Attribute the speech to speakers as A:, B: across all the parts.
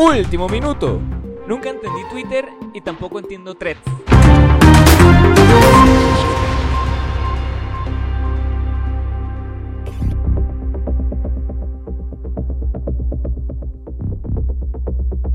A: Último minuto. Nunca entendí Twitter y tampoco entiendo threads.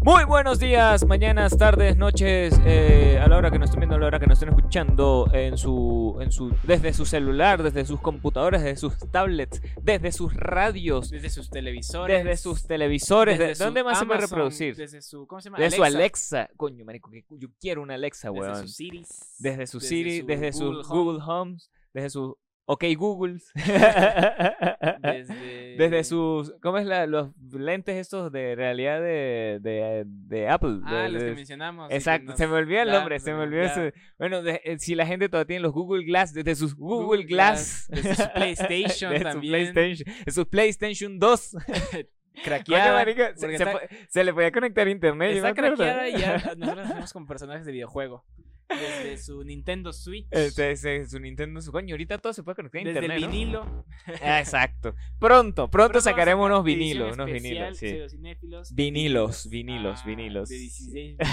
A: Muy buenos días, mañanas, tardes, noches, eh, a la hora que nos estén viendo, a la hora que nos estén escuchando, en su, en su, desde su celular, desde sus computadoras, desde sus tablets, desde sus radios,
B: Desde sus televisores.
A: desde sus televisores, de-
B: su
A: ¿dónde más se
B: Amazon,
A: puede reproducir?
B: Desde su, ¿cómo se llama?
A: Desde su Alexa, coño, marico, que yo quiero una Alexa,
B: Desde
A: weón.
B: sus Siris.
A: Desde su Siri, desde su Google,
B: Home,
A: Homes, desde su OK Googles,
B: Desde,
A: desde sus, ¿cómo es la, los lentes estos de realidad de, de, de Apple?
B: Ah,
A: de-
B: los que
A: de-
B: mencionamos. sí, que
A: Exacto,
B: nos-
A: se me olvidó el
B: ya,
A: nombre, se me
B: nos-
A: olvidó
B: ya.
A: ese. Bueno, de- eh, si la gente todavía tiene los Google Glass, desde sus Google,
B: Google
A: Glass.
B: Glass, desde su PlayStation
A: desde
B: también.
A: Su PlayStation, de sus PlayStation 2. Coño,
B: Craqueada.
A: marico, se,
B: porque
A: se
B: está-
A: po- se le podía conectar internet. yo
B: Está
A: me acuerdo.
B: craqueada y ya nosotros nos hacemos con personajes de videojuego. Desde su Nintendo Switch.
A: Este, ese- su Nintendo, su coño, ahorita todo se puede conectar a
B: desde
A: internet.
B: el
A: ¿no?
B: vinilo.
A: Ah, exacto. Pronto, pronto
B: vamos a
A: sacaremos
B: sacar
A: unos
B: edición
A: vinilos, unos
B: especial,
A: vinilos, sí.
B: pseudocinéfilos,
A: Vinilos, vinilos,
B: Ah,
A: vinilos.
B: De 16 minutos.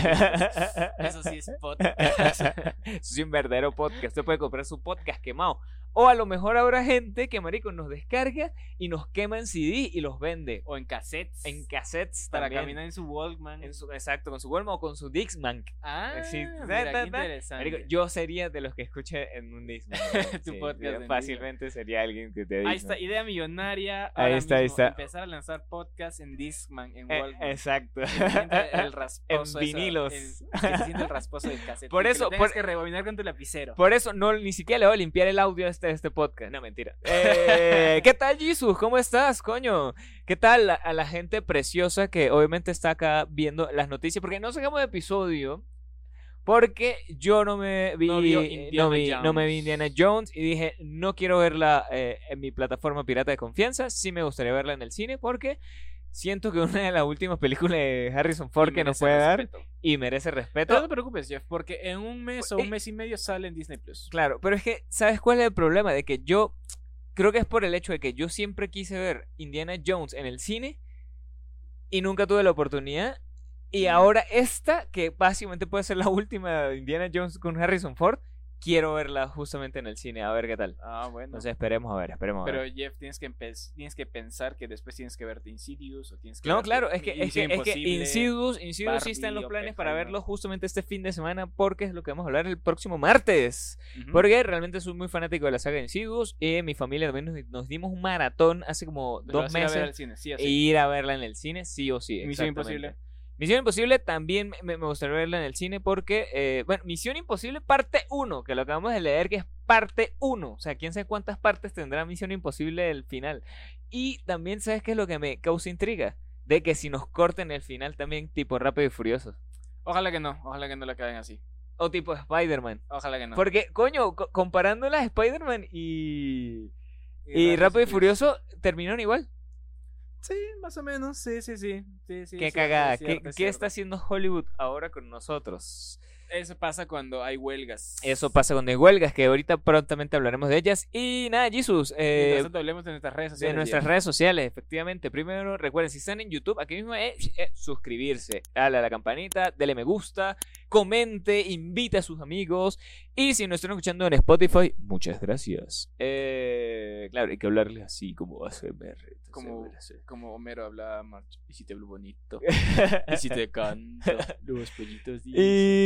B: Eso sí es podcast.
A: Eso es un verdadero podcast. Usted puede comprar su podcast quemado. O a lo mejor habrá gente que, marico, nos descarga y nos quema en CD y los vende.
B: O en cassettes.
A: En cassettes
B: para
A: también.
B: caminar en su Walkman.
A: En su- exacto, con su Walkman o con su Dixman.
B: Ah,
A: Sí,
B: mira,
A: ta,
B: qué
A: ta, ta.
B: interesante.
A: Marico, yo sería de los que escuche en un Dixman. weón.
B: Tu
A: Sí,
B: podcast
A: yo
B: en Dixman.
A: Fácilmente sería alguien que te diga.
B: Ahí está, idea millonaria.
A: Ahí
B: ahora
A: está, ahí
B: mismo,
A: está.
B: Empezar a lanzar podcast en Discman, en
A: Eh,
B: Walkman.
A: exacto.
B: Siente el rasposo.
A: En
B: eso,
A: vinilos.
B: en- que se siente el rasposo del cassette.
A: Por
B: y que
A: eso,
B: lo tengas
A: por-
B: que rebobinar con tu lapicero.
A: Por eso no, ni siquiera le voy a limpiar el audio a este, a este podcast. No, mentira. Eh, ¿Qué tal, Jesus? ¿Cómo estás, coño? ¿Qué tal a, a la gente preciosa que obviamente está acá viendo las noticias? Porque no sacamos episodio. Porque yo no me vi,
B: No
A: no,
B: vio Indiana
A: vi- no me vi
B: Jones.
A: Indiana Jones y dije, no quiero verla eh, en mi plataforma pirata de confianza. Sí me gustaría verla en el cine porque siento que una de las últimas películas de Harrison Ford
B: Y
A: que nos
B: merece
A: puede dar
B: respeto.
A: y merece
B: Pero
A: respeto.
B: no te preocupes, Jeff, porque en un mes o
A: Eh.
B: un mes y medio sale en Disney Plus.
A: Claro, pero es que, ¿sabes cuál es el problema? De que yo, creo que es por el hecho de que yo siempre quise ver Indiana Jones en el cine y nunca tuve la oportunidad. Y
B: Mm.
A: ahora esta, que básicamente puede ser la última de Indiana Jones con Harrison Ford, quiero verla justamente en el cine, a ver qué tal.
B: Ah, bueno.
A: Entonces esperemos a ver, esperemos a ver.
B: Pero Jeff, tienes que, empe- tienes que pensar que después tienes que verte Insidious o tienes que
A: No,
B: verte
A: claro, es que, es que,
B: Misión
A: es que
B: Imposible.
A: Insidious, Insidious sí está en
B: Barbie,
A: los planes para
B: Oppenheimer.
A: verlo justamente este fin de semana porque es lo que vamos a hablar el próximo martes.
B: Ujú.
A: Porque realmente soy muy fanático de la saga de Insidious y mi familia también nos, nos dimos un maratón hace como
B: Pero
A: dos
B: vas a ir a ver
A: meses
B: al cine, sí,
A: e
B: así.
A: ir a verla en el cine, sí o sí.
B: Misión
A: exactamente.
B: Imposible.
A: Misión Imposible también me, me gustaría verla en el cine porque, eh, bueno, Misión Imposible parte 1, que lo acabamos de leer que es parte 1. O sea, quién sabe cuántas partes tendrá Misión Imposible el final. Y también, ¿sabes qué es lo que me causa intriga? De que si nos corten el final también tipo Rápido y Furioso.
B: Ojalá que no, ojalá que no la acaben así.
A: O tipo Spider-Man.
B: Ojalá que no.
A: Porque, coño, co- comparándolas Spider-Man y... Y Rápido y Furioso terminaron igual.
B: Sí, más o menos, sí, sí, sí. sí, sí
A: qué
B: cierto,
A: cagada.
B: es cierto,
A: ¿Qué,
B: es
A: qué
B: cierto.
A: está haciendo Hollywood ahora con nosotros?
B: Eso pasa cuando hay huelgas.
A: Eso pasa con de huelgas, que ahorita prontamente hablaremos de ellas. Y nada, Jesus, eh,
B: Mientras tanto, hablemos de nuestras redes sociales.
A: de nuestras
B: Jeff.
A: redes sociales, efectivamente. Primero, recuerden, si están en YouTube, aquí mismo es suscribirse, dale a la campanita, dele me gusta, comente, invita a sus amigos. Y si nos están escuchando en Spotify, muchas gracias. Eh, claro, hay que hablarles así, como ASMR.
B: Como-
A: ASMR.
B: Como Homero hablaba March. Y si te hablo bonito. y si te canto. Los pollitos. y-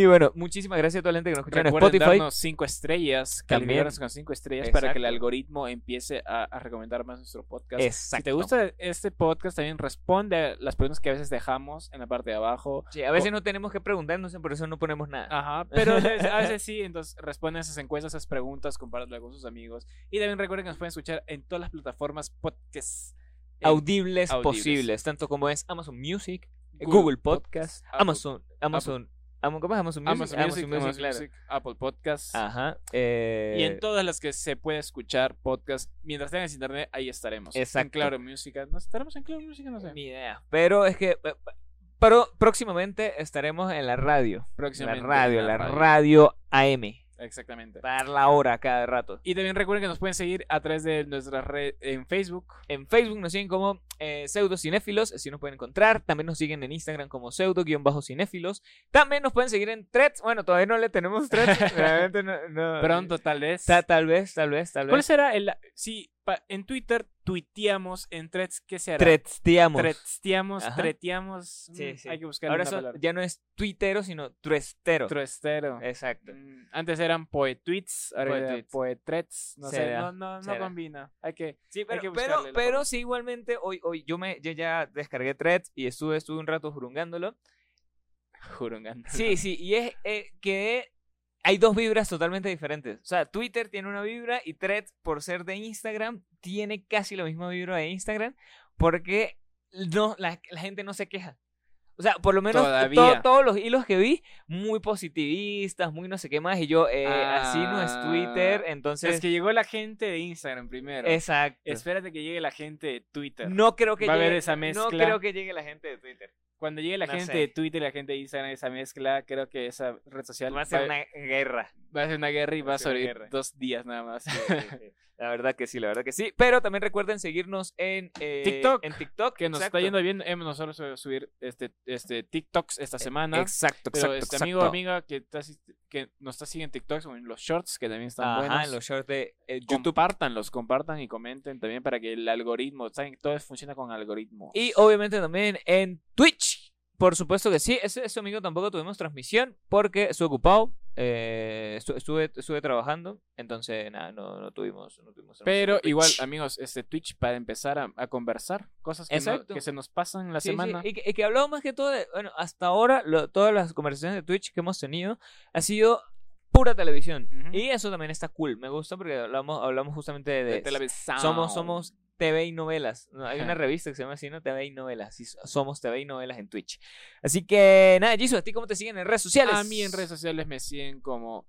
A: Y bueno, muchísimas gracias a toda la gente que nos escucha en
B: Recuerden
A: Spotify.
B: darnos cinco estrellas,
A: También.
B: calificarnos con cinco estrellas para que el
A: Exacto.
B: algoritmo empiece a, a recomendar más nuestro podcast.
A: Exacto.
B: Si te gusta este podcast, también responde a las preguntas que a veces dejamos en la parte de abajo.
A: Sí, a veces no tenemos que preguntarnos, por eso no ponemos nada.
B: Ajá, pero de- a veces sí, entonces responde a esas encuestas, esas preguntas, compártela con sus amigos. Y también recuerden que nos pueden escuchar en todas las plataformas podcast. en
A: audibles,
B: eh, audibles.
A: posibles, tanto como es Amazon Music, Google, Podcast,
B: Apple-
A: Amazon, Amazon, Am- ¿cómo es Amazon Music?
B: Amazon, Music, Ah, Amazon
A: claro.
B: Music, Apple Podcast.
A: Ajá.
B: Y en
A: eh,
B: todas las que se puede escuchar podcast, mientras tengas internet, ahí estaremos. En
A: Exacto.
B: Claro Música. ¿Nos estaremos en Claro Música? No sé.
A: Ni idea. Pero es que eh, pero próximamente estaremos en la radio. En La
B: Próximamente.
A: radio,
B: en
A: la radio AM.
B: Exactamente.
A: Para la hora cada rato.
B: Y también recuerden que nos pueden seguir a través de nuestra red en Facebook.
A: En Facebook nos siguen como eh, pseudocinéfilos, así nos pueden encontrar. También nos siguen en Instagram como pseudo-cinéfilos. También nos pueden seguir en threads. Bueno, todavía no le tenemos threads. realmente no- no-
B: Pronto, tal vez.
A: Ta- tal vez, tal vez, tal
B: ¿Cuál
A: vez.
B: será el...? Si pa- en Twitter tuiteamos, en threads, ¿qué será?
A: Threads, digamos.
B: Tretsteamos,
A: Ajá.
B: treteamos.
A: Sí,
B: mm,
A: sí.
B: Hay que buscar
A: Ahora
B: una
A: eso
B: palabra.
A: ya no es tuitero, sino truestero.
B: Truestero.
A: Exacto.
B: Mm, Antes eran poetweets, ahora ya
A: Eh, Poetweets.
B: poetrets. No sé,
A: Será,
B: no, no, no
A: será.
B: combina. Hay que...
A: Sí, pero,
B: que
A: pero,
B: buscarle la
A: pero
B: forma.
A: sí, igualmente, hoy, hoy yo, me, yo ya descargué threads y estuve, estuve un rato jurungándolo.
B: Jurungando.
A: Sí, sí, y es eh, que hay dos vibras totalmente diferentes. O sea, Twitter tiene una vibra y Threads, por ser de Instagram, tiene casi la misma vibra de Instagram porque no, la, la gente no se queja. O sea, por lo menos to-
B: Todavía.
A: todos los hilos que vi, muy positivistas, muy no sé qué más, y yo, eh, así no es
B: Ah,
A: Twitter, entonces...
B: Es que llegó la gente de Instagram primero.
A: Exacto.
B: Espérate que llegue la gente de Twitter.
A: No creo que
B: Va a haber
A: llegue-
B: esa
A: No
B: mezcla.
A: creo que llegue la gente de Twitter.
B: Cuando llegue la
A: No
B: gente
A: sé.
B: de Twitter y la gente de Instagram, esa mezcla, creo que esa red social
A: Va a ser una guerra.
B: va a ser una guerra y
A: va
B: va
A: a
B: a
A: ser una
B: sobrevivir
A: guerra.
B: dos días nada más.
A: La verdad que sí, la verdad que sí. Pero también recuerden seguirnos en eh,
B: TikTok,
A: En TikTok.
B: que nos
A: exacto.
B: está yendo bien. Hemos nosotros subido subir este, este TikToks esta semana.
A: Eh, Exacto, exacto.
B: pero este amigo o
A: exacto.
B: amiga que, está asist- que nos está siguiendo en TikToks o en los shorts, que también están
A: Ajá,
B: buenos.
A: en los shorts de eh, YouTube.
B: YouTube. Compártanlos, compartan y comenten también para que el algoritmo, saben que todo funciona con algoritmo.
A: Y obviamente también en Twitch. Por supuesto que sí. Ese, ese domingo tampoco tuvimos transmisión porque estuve ocupado. eh, estu- estuve, estuve trabajando. Entonces, nada, no, no tuvimos. No tuvimos transmisión
B: Pero
A: de Twitch.
B: igual, amigos, este Twitch para empezar a, a conversar cosas que, no-
A: Exacto.
B: que se nos pasan en la
A: Sí, sí,
B: semana.
A: Y, que, y que hablamos más que todo de, bueno, hasta ahora lo- todas las conversaciones de Twitch que hemos tenido ha sido pura televisión.
B: Ujú.
A: Y eso también está cool, me gusta porque hablamos, hablamos justamente de,
B: De televisión.
A: somos, somos TV y novelas. No, hay una revista que se llama así, ¿no? TV y novelas. Y somos TV y novelas en Twitch. Así que nada, Jisoo, ¿a ti cómo te siguen en redes sociales?
B: A mí en redes sociales me siguen como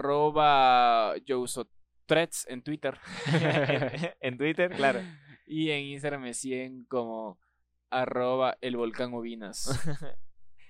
B: arroba yo uso threads en Twitter.
A: en, Twitter, claro. Eh,
B: y en Instagram me siguen como arroba el volcán Ubinas.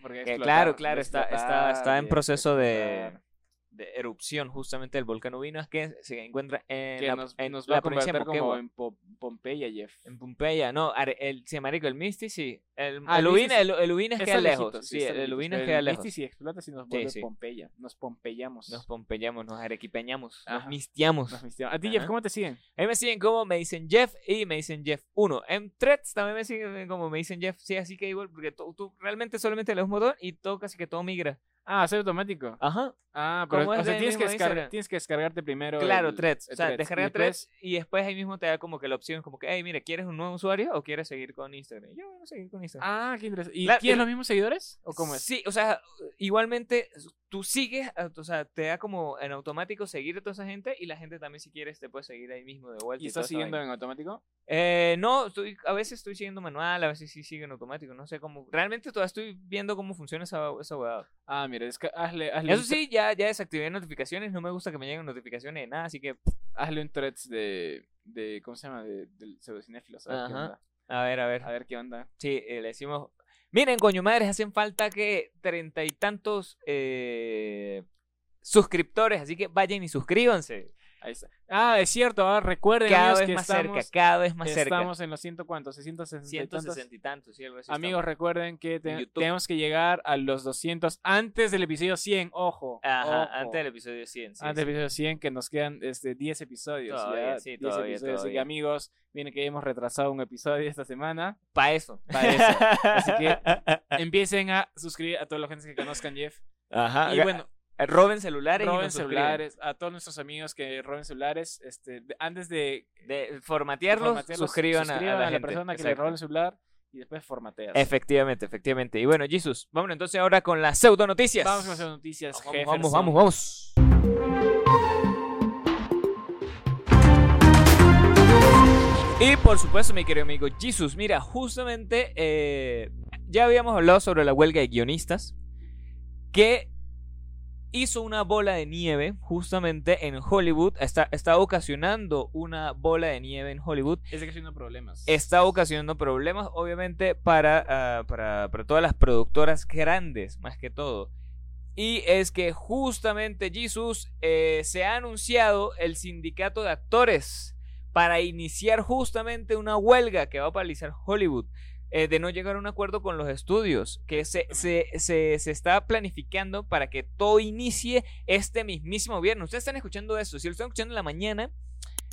B: Porque
A: Que
B: explotar,
A: claro, claro, está, está,
B: explotar
A: está en
B: y
A: proceso de,
B: explotar.
A: de erupción justamente del volcán Ubinas que se encuentra en
B: Que
A: la,
B: nos,
A: en
B: nos va
A: la
B: a
A: provincia de
B: convertir como
A: Moquegua.
B: en Po- Pompeya, Jeff.
A: En Pompeya, no, are- el, sí, marico, el Misty sí. El,
B: Ah,
A: el
B: el Misty
A: Ubinas,
B: sí.
A: el, el Ubinas
B: Está
A: queda
B: lejitos,
A: lejos.
B: sí,
A: Sí,
B: está
A: el
B: lejitos,
A: Ubinas
B: pero
A: queda
B: el
A: lejos.
B: Misty si explota si nos
A: Sí,
B: vuelve
A: sí.
B: Pompeya. Nos pompeyamos.
A: Nos pompeyamos, nos arequipeñamos, nos
B: Ajá.
A: mistiamos.
B: Nos mistiamos. A ti,
A: Ajá.
B: Jeff, ¿cómo te siguen?
A: Ahí me siguen como me dicen Jeff y me dicen Jeff 1. En threads también me siguen eh, como me dicen Jeff. Sí, así que igual, porque tú, tú realmente solamente le das un botón y todo casi que todo migra.
B: Ah, hacer automático.
A: Ajá.
B: Ah, pero
A: Como
B: o
A: es
B: sea,
A: del
B: tienes que,
A: mismo
B: descar-
A: Instagram.
B: tienes que descargarte primero.
A: claro,
B: el-
A: threads.
B: el
A: O sea,
B: Threads.
A: descarga
B: Y después-
A: threads y después ahí mismo te da como que la opción, como que, hey, mira, ¿quieres un nuevo usuario o quieres seguir con Instagram? Yo voy a seguir con Instagram.
B: Ah, qué interesante. ¿Y
A: Claro,
B: tienes
A: y-
B: los mismos seguidores? ¿O cómo es?
A: Sí, o sea, igualmente tú sigues, ah, o sea, te da como en automático seguir a toda esa gente y la gente también si quieres te puede seguir ahí mismo de vuelta. toda
B: ¿Y estás
A: esa
B: siguiendo
A: vaina.
B: en automático?
A: Eh, no, estoy, a veces estoy siguiendo manual, a veces sí sigo en automático, no sé cómo. Realmente todavía estoy viendo cómo funciona esa, esa huevada.
B: Ah, mira, es que hazle, hazle,
A: Eso
B: un,
A: sí, ya, ya desactivé notificaciones, no me gusta que me lleguen notificaciones de nada, así que
B: hazle un threads de, de. ¿Cómo se llama? De, del pseudocinéfilo. A ver qué
A: Ajá.
B: onda.
A: a ver, a ver.
B: A ver qué onda.
A: Sí, eh, le decimos, miren, coño madres, hacen falta que treinta y tantos eh, suscriptores, así que vayan y suscríbanse.
B: Ahí está. Ah, es cierto. Ahora recuerden
A: Cada
B: amigos,
A: vez
B: que
A: más
B: estamos,
A: cerca, cada vez más cerca.
B: Estamos en los ciento cuántos, 660 y tantos.
A: 160 y tantos, sí, algo así
B: Amigos,
A: estamos.
B: recuerden que te-
A: YouTube.
B: tenemos que llegar a los 200 antes del episodio 100. Ojo.
A: Ajá,
B: ojo.
A: antes del episodio 100. sí,
B: Antes
A: sí.
B: del episodio 100, que nos quedan este, 10 episodios.
A: Todavía,
B: ya,
A: sí,
B: 10
A: todavía,
B: episodios. Así que,
A: todavía.
B: amigos, miren que hemos retrasado un episodio esta semana.
A: Pa' eso.
B: Pa' eso. Así
A: que.
B: Empiecen a suscribir a toda la gente que conozcan Jeff.
A: Ajá.
B: Y bueno,
A: eh, roben celulares. y
B: roben
A: nos suscriben.
B: celulares. A todos nuestros amigos que roben celulares, este, de- antes de
A: De formatearlos,
B: formatearlos,
A: suscriban, a- a, la, gente.
B: persona que le
A: Exacto.
B: roba el celular y después formateas.
A: Efectivamente, efectivamente. Y bueno, Jesus, vámonos entonces ahora con las pseudo noticias.
B: Vamos con las noticias.
A: Vamos, vamos,
B: Jefferson.
A: vamos, vamos. Y por supuesto, mi querido amigo Jesus, mira, justamente eh, ya habíamos hablado sobre la huelga de guionistas que hizo una bola de nieve justamente en Hollywood, está, está ocasionando una bola de nieve en Hollywood
B: Es de que soy uno problemas.
A: está ocasionando problemas, obviamente, para, ah, para, para todas las productoras grandes, más que todo. Y es que justamente Jesus eh, se ha anunciado el sindicato de actores para iniciar justamente una huelga que va a paralizar Hollywood. eh, de no llegar a un acuerdo con los estudios, que se, se, se- se está planificando para que todo inicie este mismísimo viernes. Ustedes están escuchando eso. Si lo están escuchando en la mañana,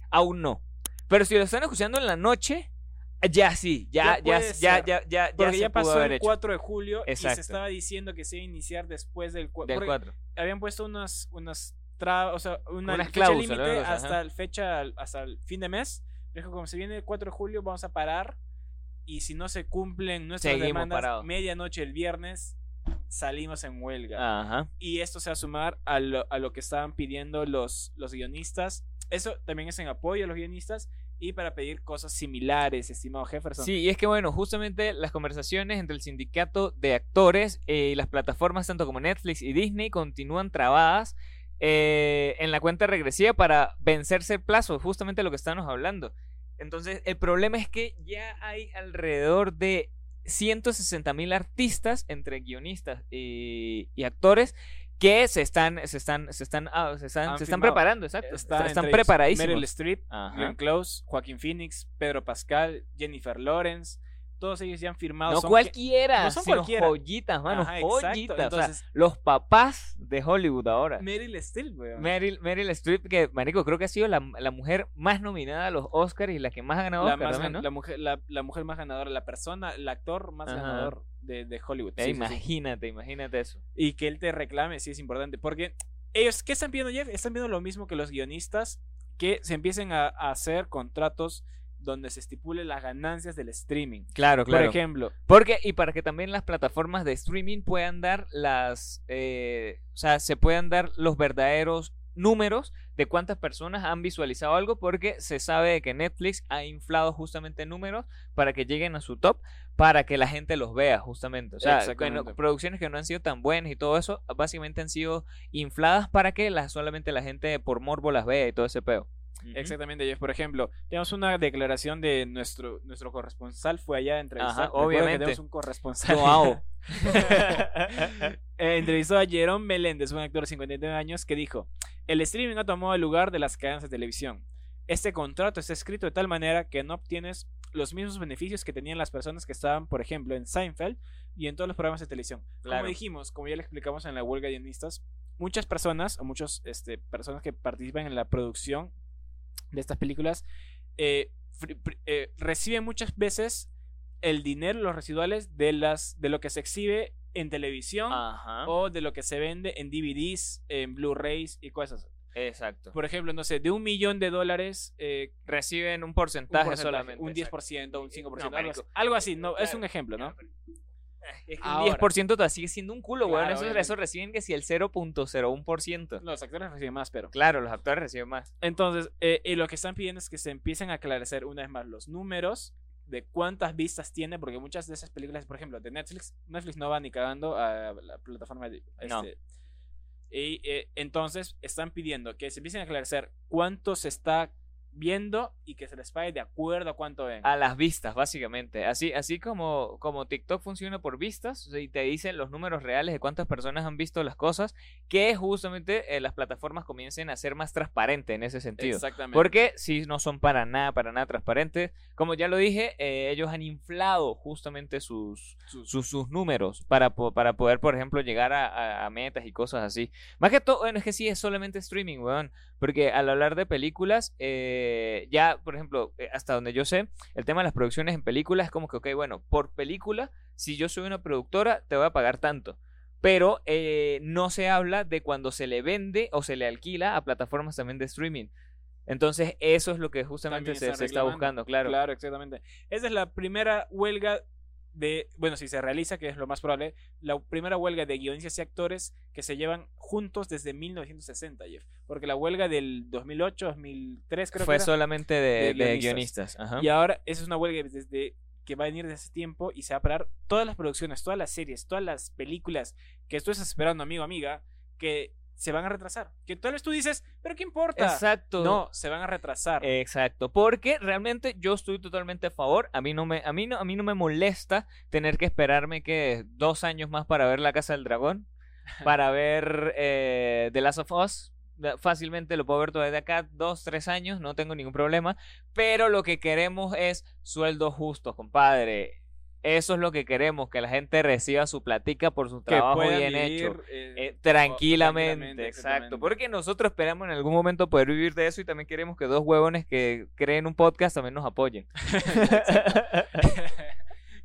A: aún no. Pero si lo están escuchando en la noche, ya sí, ya,
B: Ya
A: ya,
B: puede
A: ya, ya,
B: ser.
A: ya, ya
B: Porque
A: se
B: ya,
A: pudo
B: pasó
A: haber
B: el
A: hecho.
B: 4 de julio y
A: Exacto.
B: se estaba diciendo que se iba a iniciar después del 4.
A: Del cuatro.
B: habían puesto unas unas tra- o sea, una
A: Unas
B: fecha
A: cláusulas,
B: límite
A: algo así,
B: hasta
A: ajá.
B: el fecha hasta el fin de mes. Dijo, como se viene el 4 de julio vamos a parar y si no se cumplen nuestras
A: Seguimos
B: demandas
A: parados.
B: medianoche el viernes salimos en huelga.
A: Ajá.
B: Y esto se va a sumar a lo, a lo que estaban pidiendo los los guionistas. Eso también es en apoyo a los guionistas y para pedir cosas similares, estimado Jefferson.
A: Sí, y es que bueno, justamente las conversaciones entre el sindicato de actores eh, y las plataformas tanto como Netflix y Disney continúan trabadas eh, en la cuenta regresiva para vencerse el plazo, justamente lo que estamos hablando. Entonces, el problema es que ya hay alrededor de 160 mil artistas entre guionistas y, y actores que se están se están se están ah, se están,
B: Han
A: se están
B: firmado.
A: preparando, exacto,
B: Está
A: están
B: entre ellos
A: preparadísimos.
B: Meryl Streep,
A: Ajá.
B: Glenn Close, Joaquín Phoenix, Pedro Pascal, Jennifer Lawrence, todos ellos ya han firmado.
A: No
B: son que-
A: cualquiera,
B: no son
A: sino
B: cualquiera.
A: joyitas, mano,
B: Ajá, exacto,
A: joyitas. o sea,
B: Entonces,
A: los papás de Hollywood ahora.
B: Meryl Streep, weón.
A: Meryl, Meryl Streep, que marico, creo que ha sido la, la mujer más nominada a los Oscars y la que más ha ganado
B: la,
A: Oscar
B: más
A: también,
B: gan-
A: ¿no?
B: la mujer, la, la mujer más ganadora, la persona, el actor más
A: Ajá.
B: ganador de, de Hollywood.
A: Eh,
B: sí, sí, sí.
A: imagínate, imagínate eso.
B: Y que él te reclame, sí es importante. Porque ellos, ¿qué están viendo, Jeff? Están viendo lo mismo que los guionistas, que se empiecen a, a hacer contratos donde se estipule las ganancias del streaming.
A: Claro,
B: Por ejemplo,
A: Porque, y para que también las plataformas de streaming puedan dar las. eh, o sea, se puedan dar los verdaderos números de cuántas personas han visualizado algo, porque se sabe de que Netflix ha inflado justamente números para que lleguen a su top, para que la gente los vea, justamente. O sea,
B: Exactamente.
A: bueno, producciones que no han sido tan buenas y todo eso, básicamente han sido infladas para que las, solamente la gente por morbo las vea y todo ese peo.
B: Exactamente, Jeff. Por ejemplo, tenemos una declaración de nuestro, nuestro corresponsal, fue allá a entrevistar.
A: Ajá,
B: Recuerda que
A: obviamente.
B: tenemos un corresponsal.
A: Joao.
B: Eh, entrevistó a Jerome Meléndez, un actor de 59 años, que dijo: El streaming ha tomado el lugar de las cadenas de televisión. Este contrato está escrito de tal manera que no obtienes los mismos beneficios que tenían las personas que estaban, por ejemplo, en Seinfeld y en todos los programas de televisión.
A: Claro.
B: Como dijimos, como ya le explicamos en la huelga de guionistas, muchas personas o muchas este, personas que participan en la producción de estas películas eh, fr- pr- eh, reciben muchas veces el dinero, los residuales de, las, de lo que se exhibe en televisión
A: Ajá.
B: o de lo que se vende en DVDs, en Blu-rays y cosas.
A: Exacto.
B: Por ejemplo, no sé, de un millón de dólares, eh,
A: Reciben un
B: un,
A: porcentaje,
B: porcentaje,
A: solamente.
B: un
A: exacto.
B: 10%, un 5%,
A: No,
B: algo,
A: marico.
B: así, Algo así, no, es
A: Claro,
B: un ejemplo, ¿no?
A: Es que
B: Ahora.
A: un 10% te sigue siendo un culo, weón.
B: Claro,
A: Esos-
B: obviamente.
A: Eso, reciben que si el 0.01%.
B: Los actores reciben más, pero...
A: Claro, los actores reciben más.
B: Entonces, eh, y lo que están pidiendo es que se empiecen a aclarecer una vez más los números de cuántas vistas tiene, porque muchas de esas películas, por ejemplo, de Netflix, Netflix no va ni cagando a la plataforma de...
A: No.
B: este. Y eh, entonces están pidiendo que se empiecen a aclarecer cuánto se está viendo y que se les pague de acuerdo a cuánto ven.
A: A las vistas, básicamente. Así, así como, como TikTok funciona por vistas o sea, y te dicen los números reales de cuántas personas han visto las cosas, que justamente eh, las plataformas comiencen a ser más transparentes en ese sentido.
B: Exactamente.
A: Porque si no son para nada, para nada transparentes, como ya lo dije, eh, ellos han inflado justamente sus,
B: Sus-
A: sus, sus números para, po- para poder, por ejemplo, llegar a, a- a metas y cosas así. Más que todo, bueno, es que sí, es solamente streaming, weón. Porque al hablar de películas, eh, ya, por ejemplo, eh, hasta donde yo sé, el tema de las producciones en películas es como que, ok, bueno, por película, si yo soy una productora, te voy a pagar tanto. Pero eh, no se habla de cuando se le vende o se le alquila a plataformas también de streaming. Entonces, eso es lo que justamente
B: También
A: se,
B: están
A: se está
B: reclamando.
A: buscando, claro.
B: Claro, exactamente. Esa es la primera huelga de, bueno, si se realiza, que es lo más probable, la primera huelga de guionistas y actores que se llevan juntos desde 1960, Jeff. Porque la huelga del 2008, 2003 creo
A: Fue
B: que era,
A: solamente de,
B: de
A: de
B: guionistas.
A: guionistas. Ajá.
B: y ahora esa es una huelga desde que va a venir desde ese tiempo y se va a parar todas las producciones, todas las series, todas las películas que tú estás esperando, amigo, amiga, que se van a retrasar. Que tal vez tú dices, pero ¿qué importa?
A: Exacto. Eh,
B: No, se van a retrasar.
A: Exacto, porque realmente yo estoy totalmente a favor. A mí no me, a mí no, a mí no me molesta tener que esperarme que dos años más para ver La Casa del Dragón. para ver eh, The Last of Us. Da- Fácilmente lo puedo ver todavía de acá dos, tres años, no tengo ningún problema. Pero lo que queremos es sueldos justos, compadre. Eso es lo que queremos, que la gente reciba su platica por su trabajo
B: puedan
A: bien
B: vivir,
A: hecho.
B: eh,
A: Eh,
B: o-
A: tranquilamente,
B: exactamente.
A: exacto. Porque nosotros esperamos en algún momento poder vivir de eso y también queremos que dos huevones que creen un podcast también nos apoyen.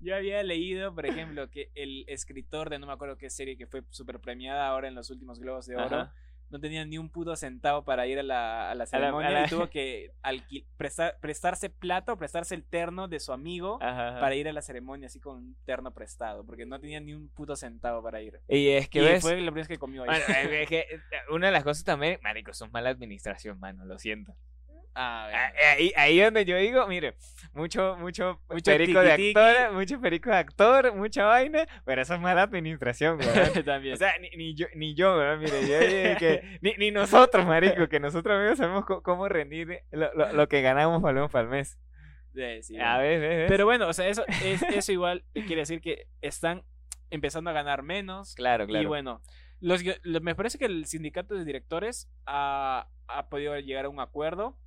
B: Yo había leído, por ejemplo, que el escritor de no me acuerdo qué serie que fue super premiada ahora en los últimos Globos de Oro
A: Ajá.
B: no tenía ni un puto centavo para ir a la, a la ceremonia
A: la-
B: y tuvo que alqui- prestar- prestarse plato, prestarse el terno de su amigo
A: Ajá, ajá.
B: para ir a la ceremonia así con un terno prestado, porque no tenía ni un puto centavo para ir.
A: Y es que
B: y
A: ves,
B: fue la primera vez que comió ahí.
A: Bueno, es que eh, una de las cosas también, marico, son mala administración, mano, lo siento.
B: Ah, bueno.
A: Ah, Ahí, ahí donde yo digo, mire, mucho, mucho,
B: Mucho
A: perico de
B: tiquitiqui.
A: actor, mucho perico de actor, mucha vaina, pero eso es mala administración, weón.
B: También.
A: O sea, ni, ni yo, ni yo, weón, mire, yo dije que- ni, ni nosotros, marico, que nosotros mismos sabemos co- cómo rendir lo, lo- lo que ganamos para para el mes.
B: eh, Sí, sí,
A: A
B: bueno.
A: ver, ves, ves.
B: Pero bueno, o sea, eso, es, eso igual quiere decir que están empezando a ganar menos.
A: claro,
B: Y
A: claro.
B: bueno, los, guio- lo- me parece que el sindicato de directores ha, ha podido llegar a un acuerdo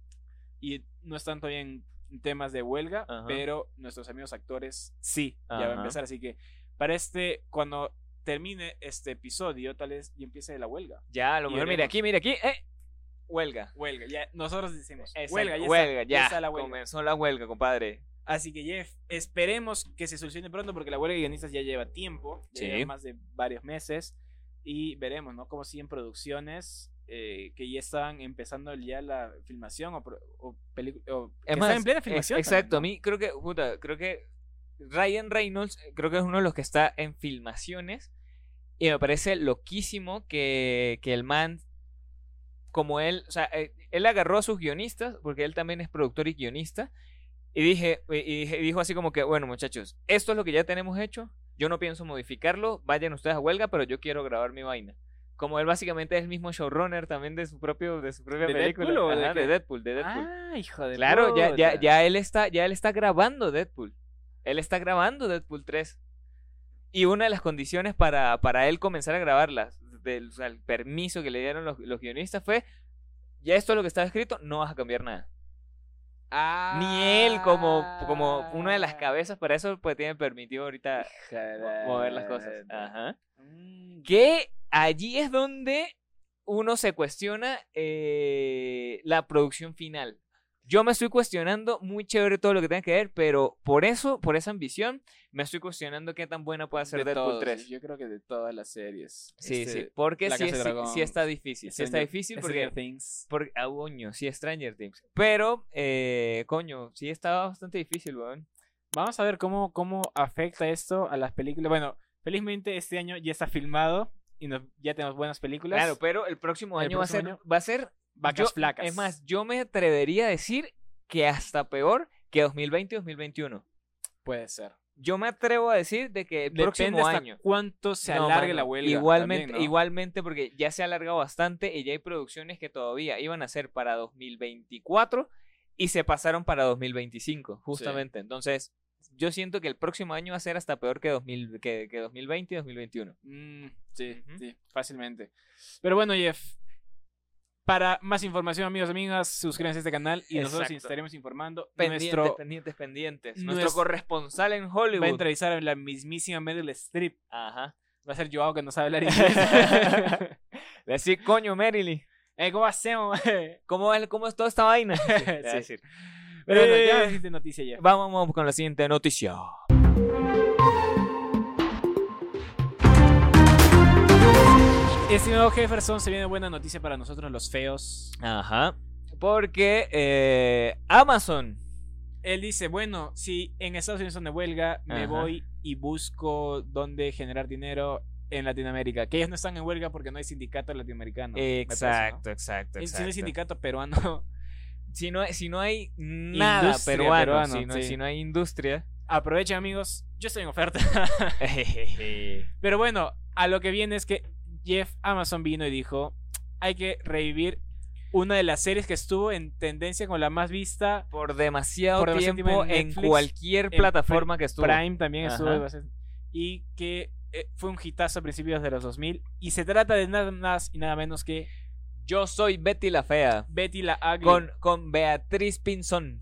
B: y no están todavía en temas de huelga,
A: Ajá.
B: pero nuestros amigos actores sí, ya va
A: Ajá.
B: a empezar. Así que para este, cuando termine este episodio, tal vez y empiece la huelga.
A: ya, a lo
B: y
A: mejor, mire,
B: veremos.
A: aquí, mire, aquí, eh, huelga.
B: Huelga, ya nosotros decimos.
A: Esa-
B: huelga, ya está.
A: huelga, ya,
B: está la huelga.
A: comenzó la huelga, compadre.
B: Así que Jeff, esperemos que se solucione pronto porque la huelga de guionistas ya lleva tiempo, ya
A: Sí.
B: lleva más de varios meses y veremos, ¿no? Cómo siguen producciones eh, que ya estaban empezando ya la filmación o, pro- o pelicu- o que
A: Es más,
B: están en plena
A: ex-
B: filmación.
A: exacto, a
B: también,
A: mí creo que, puta, creo que Ryan Reynolds eh, creo que es uno de los que está en filmaciones y me parece loquísimo que, que el man, como él, o sea, eh, él agarró a sus guionistas, porque él también es productor y guionista, y, dije, y- y dije- dijo así como que, bueno muchachos, esto es lo que ya tenemos hecho, yo no pienso modificarlo, vayan ustedes a huelga, pero yo quiero grabar mi vaina. Como él básicamente es el mismo showrunner también de su propio de su propia
B: ¿De
A: película,
B: Deadpool o de
A: Ajá,
B: qué?
A: de Deadpool, de
B: ¿no?
A: Deadpool.
B: Ah, hijo de
A: Claro, ya, ya,
B: puta.
A: ya él está, ya él está grabando Deadpool. Él está grabando Deadpool 3. Y una de las condiciones para, para él comenzar a grabarlas, del, o sea, el permiso que le dieron los, los guionistas fue, ya esto es lo que estaba escrito, no vas a cambiar nada.
B: Ah.
A: Ni él como, como una de las cabezas, para eso pues tiene permitido ahorita
B: Hija de
A: mo- mover las cosas.
B: puta.
A: Ajá.
B: Mm,
A: Que allí es donde uno se cuestiona eh, la producción final. Yo me estoy cuestionando muy chévere todo lo que tenga que ver, pero por eso, por esa ambición, me estoy cuestionando qué tan buena puede ser
B: de
A: Deadpool
B: todos,
A: 3.
B: Yo creo que de todas las series.
A: Sí,
B: Este,
A: sí, porque
B: La
A: sí,
B: Casa de
A: sí-
B: Dragón,
A: sí está difícil. Sí está
B: Stranger-
A: difícil porque,
B: Stranger Things.
A: porque ah, coño, sí Stranger Things. Pero, eh, coño, sí está bastante difícil, weón.
B: Vamos a ver cómo, cómo afecta esto a las películas. Bueno, felizmente este año ya está filmado y nos- ya tenemos buenas películas.
A: Claro, pero el próximo
B: El
A: año, va, a ser,
B: próximo
A: va a ser
B: Vacas
A: Yo-
B: flacas.
A: Es más, yo me atrevería a decir que hasta peor que 2020 y 2021.
B: puede ser.
A: Yo me atrevo a decir de que el
B: Depende
A: próximo
B: hasta
A: año.
B: cuánto se
A: No,
B: alargue
A: mano,
B: la huelga.
A: Igualmente,
B: también, ¿no?
A: igualmente, porque ya se ha alargado bastante y ya hay producciones que todavía iban a ser para 2024 y se pasaron para 2025, justamente. Entonces, yo siento que el próximo año va a ser hasta peor que, 2000, que, que 2020 y 2021.
B: Mm, sí,
A: Ujú.
B: sí, fácilmente. Pero bueno, Jeff. Para más información, amigos y amigas, suscríbanse a este canal y nosotros
A: Exacto.
B: estaremos informando.
A: Pendientes,
B: Nuestro
A: pendientes, pendientes.
B: nuestro-
A: Nuestro corresponsal en
B: va a
A: Hollywood.
B: entrevistar a la mismísima Meryl Streep.
A: Ajá.
B: Va a ser Joao que no sabe hablar inglés.
A: Le decir, coño, Marilyn.
B: eh, ¿Cómo hacemos?
A: ¿Cómo es, cómo es toda esta vaina?
B: Sí.
A: Es decir,
B: Pero bueno,
A: Eh.
B: ya me hiciste noticia ya.
A: Vamos, vamos con la siguiente noticia.
B: Estimado Jefferson, se viene buena noticia para nosotros los feos.
A: Ajá. Porque eh, Amazon.
B: Él dice, bueno, si en Estados Unidos son de huelga, me
A: Ajá.
B: voy y busco dónde generar dinero en Latinoamérica. Que ellos no están en huelga porque no hay sindicato latinoamericano. me parece, ¿no?
A: exacto, exacto,
B: Si no hay
A: exacto.
B: sindicato peruano,
A: Si no, si no hay nada
B: Industria
A: peruano,
B: peruano,
A: si, no,
B: sí.
A: si no hay industria.
B: aprovechen amigos, yo estoy en oferta.
A: Ujú.
B: Pero bueno, a lo que viene es que Jeff Amazon vino y dijo, hay que revivir una de las series que estuvo en tendencia con la más vista
A: Por demasiado
B: Por demasiado
A: tiempo
B: tiempo en
A: en
B: Netflix,
A: cualquier
B: en
A: plataforma que estuvo.
B: Prime también estuvo.
A: Ajá.
B: bastante- Y que eh, fue un hitazo a principios de los 2000 y se trata de nada más y nada menos que
A: Yo soy Betty la Fea.
B: Betty la Ugly
A: Con, con Beatriz Pinzón.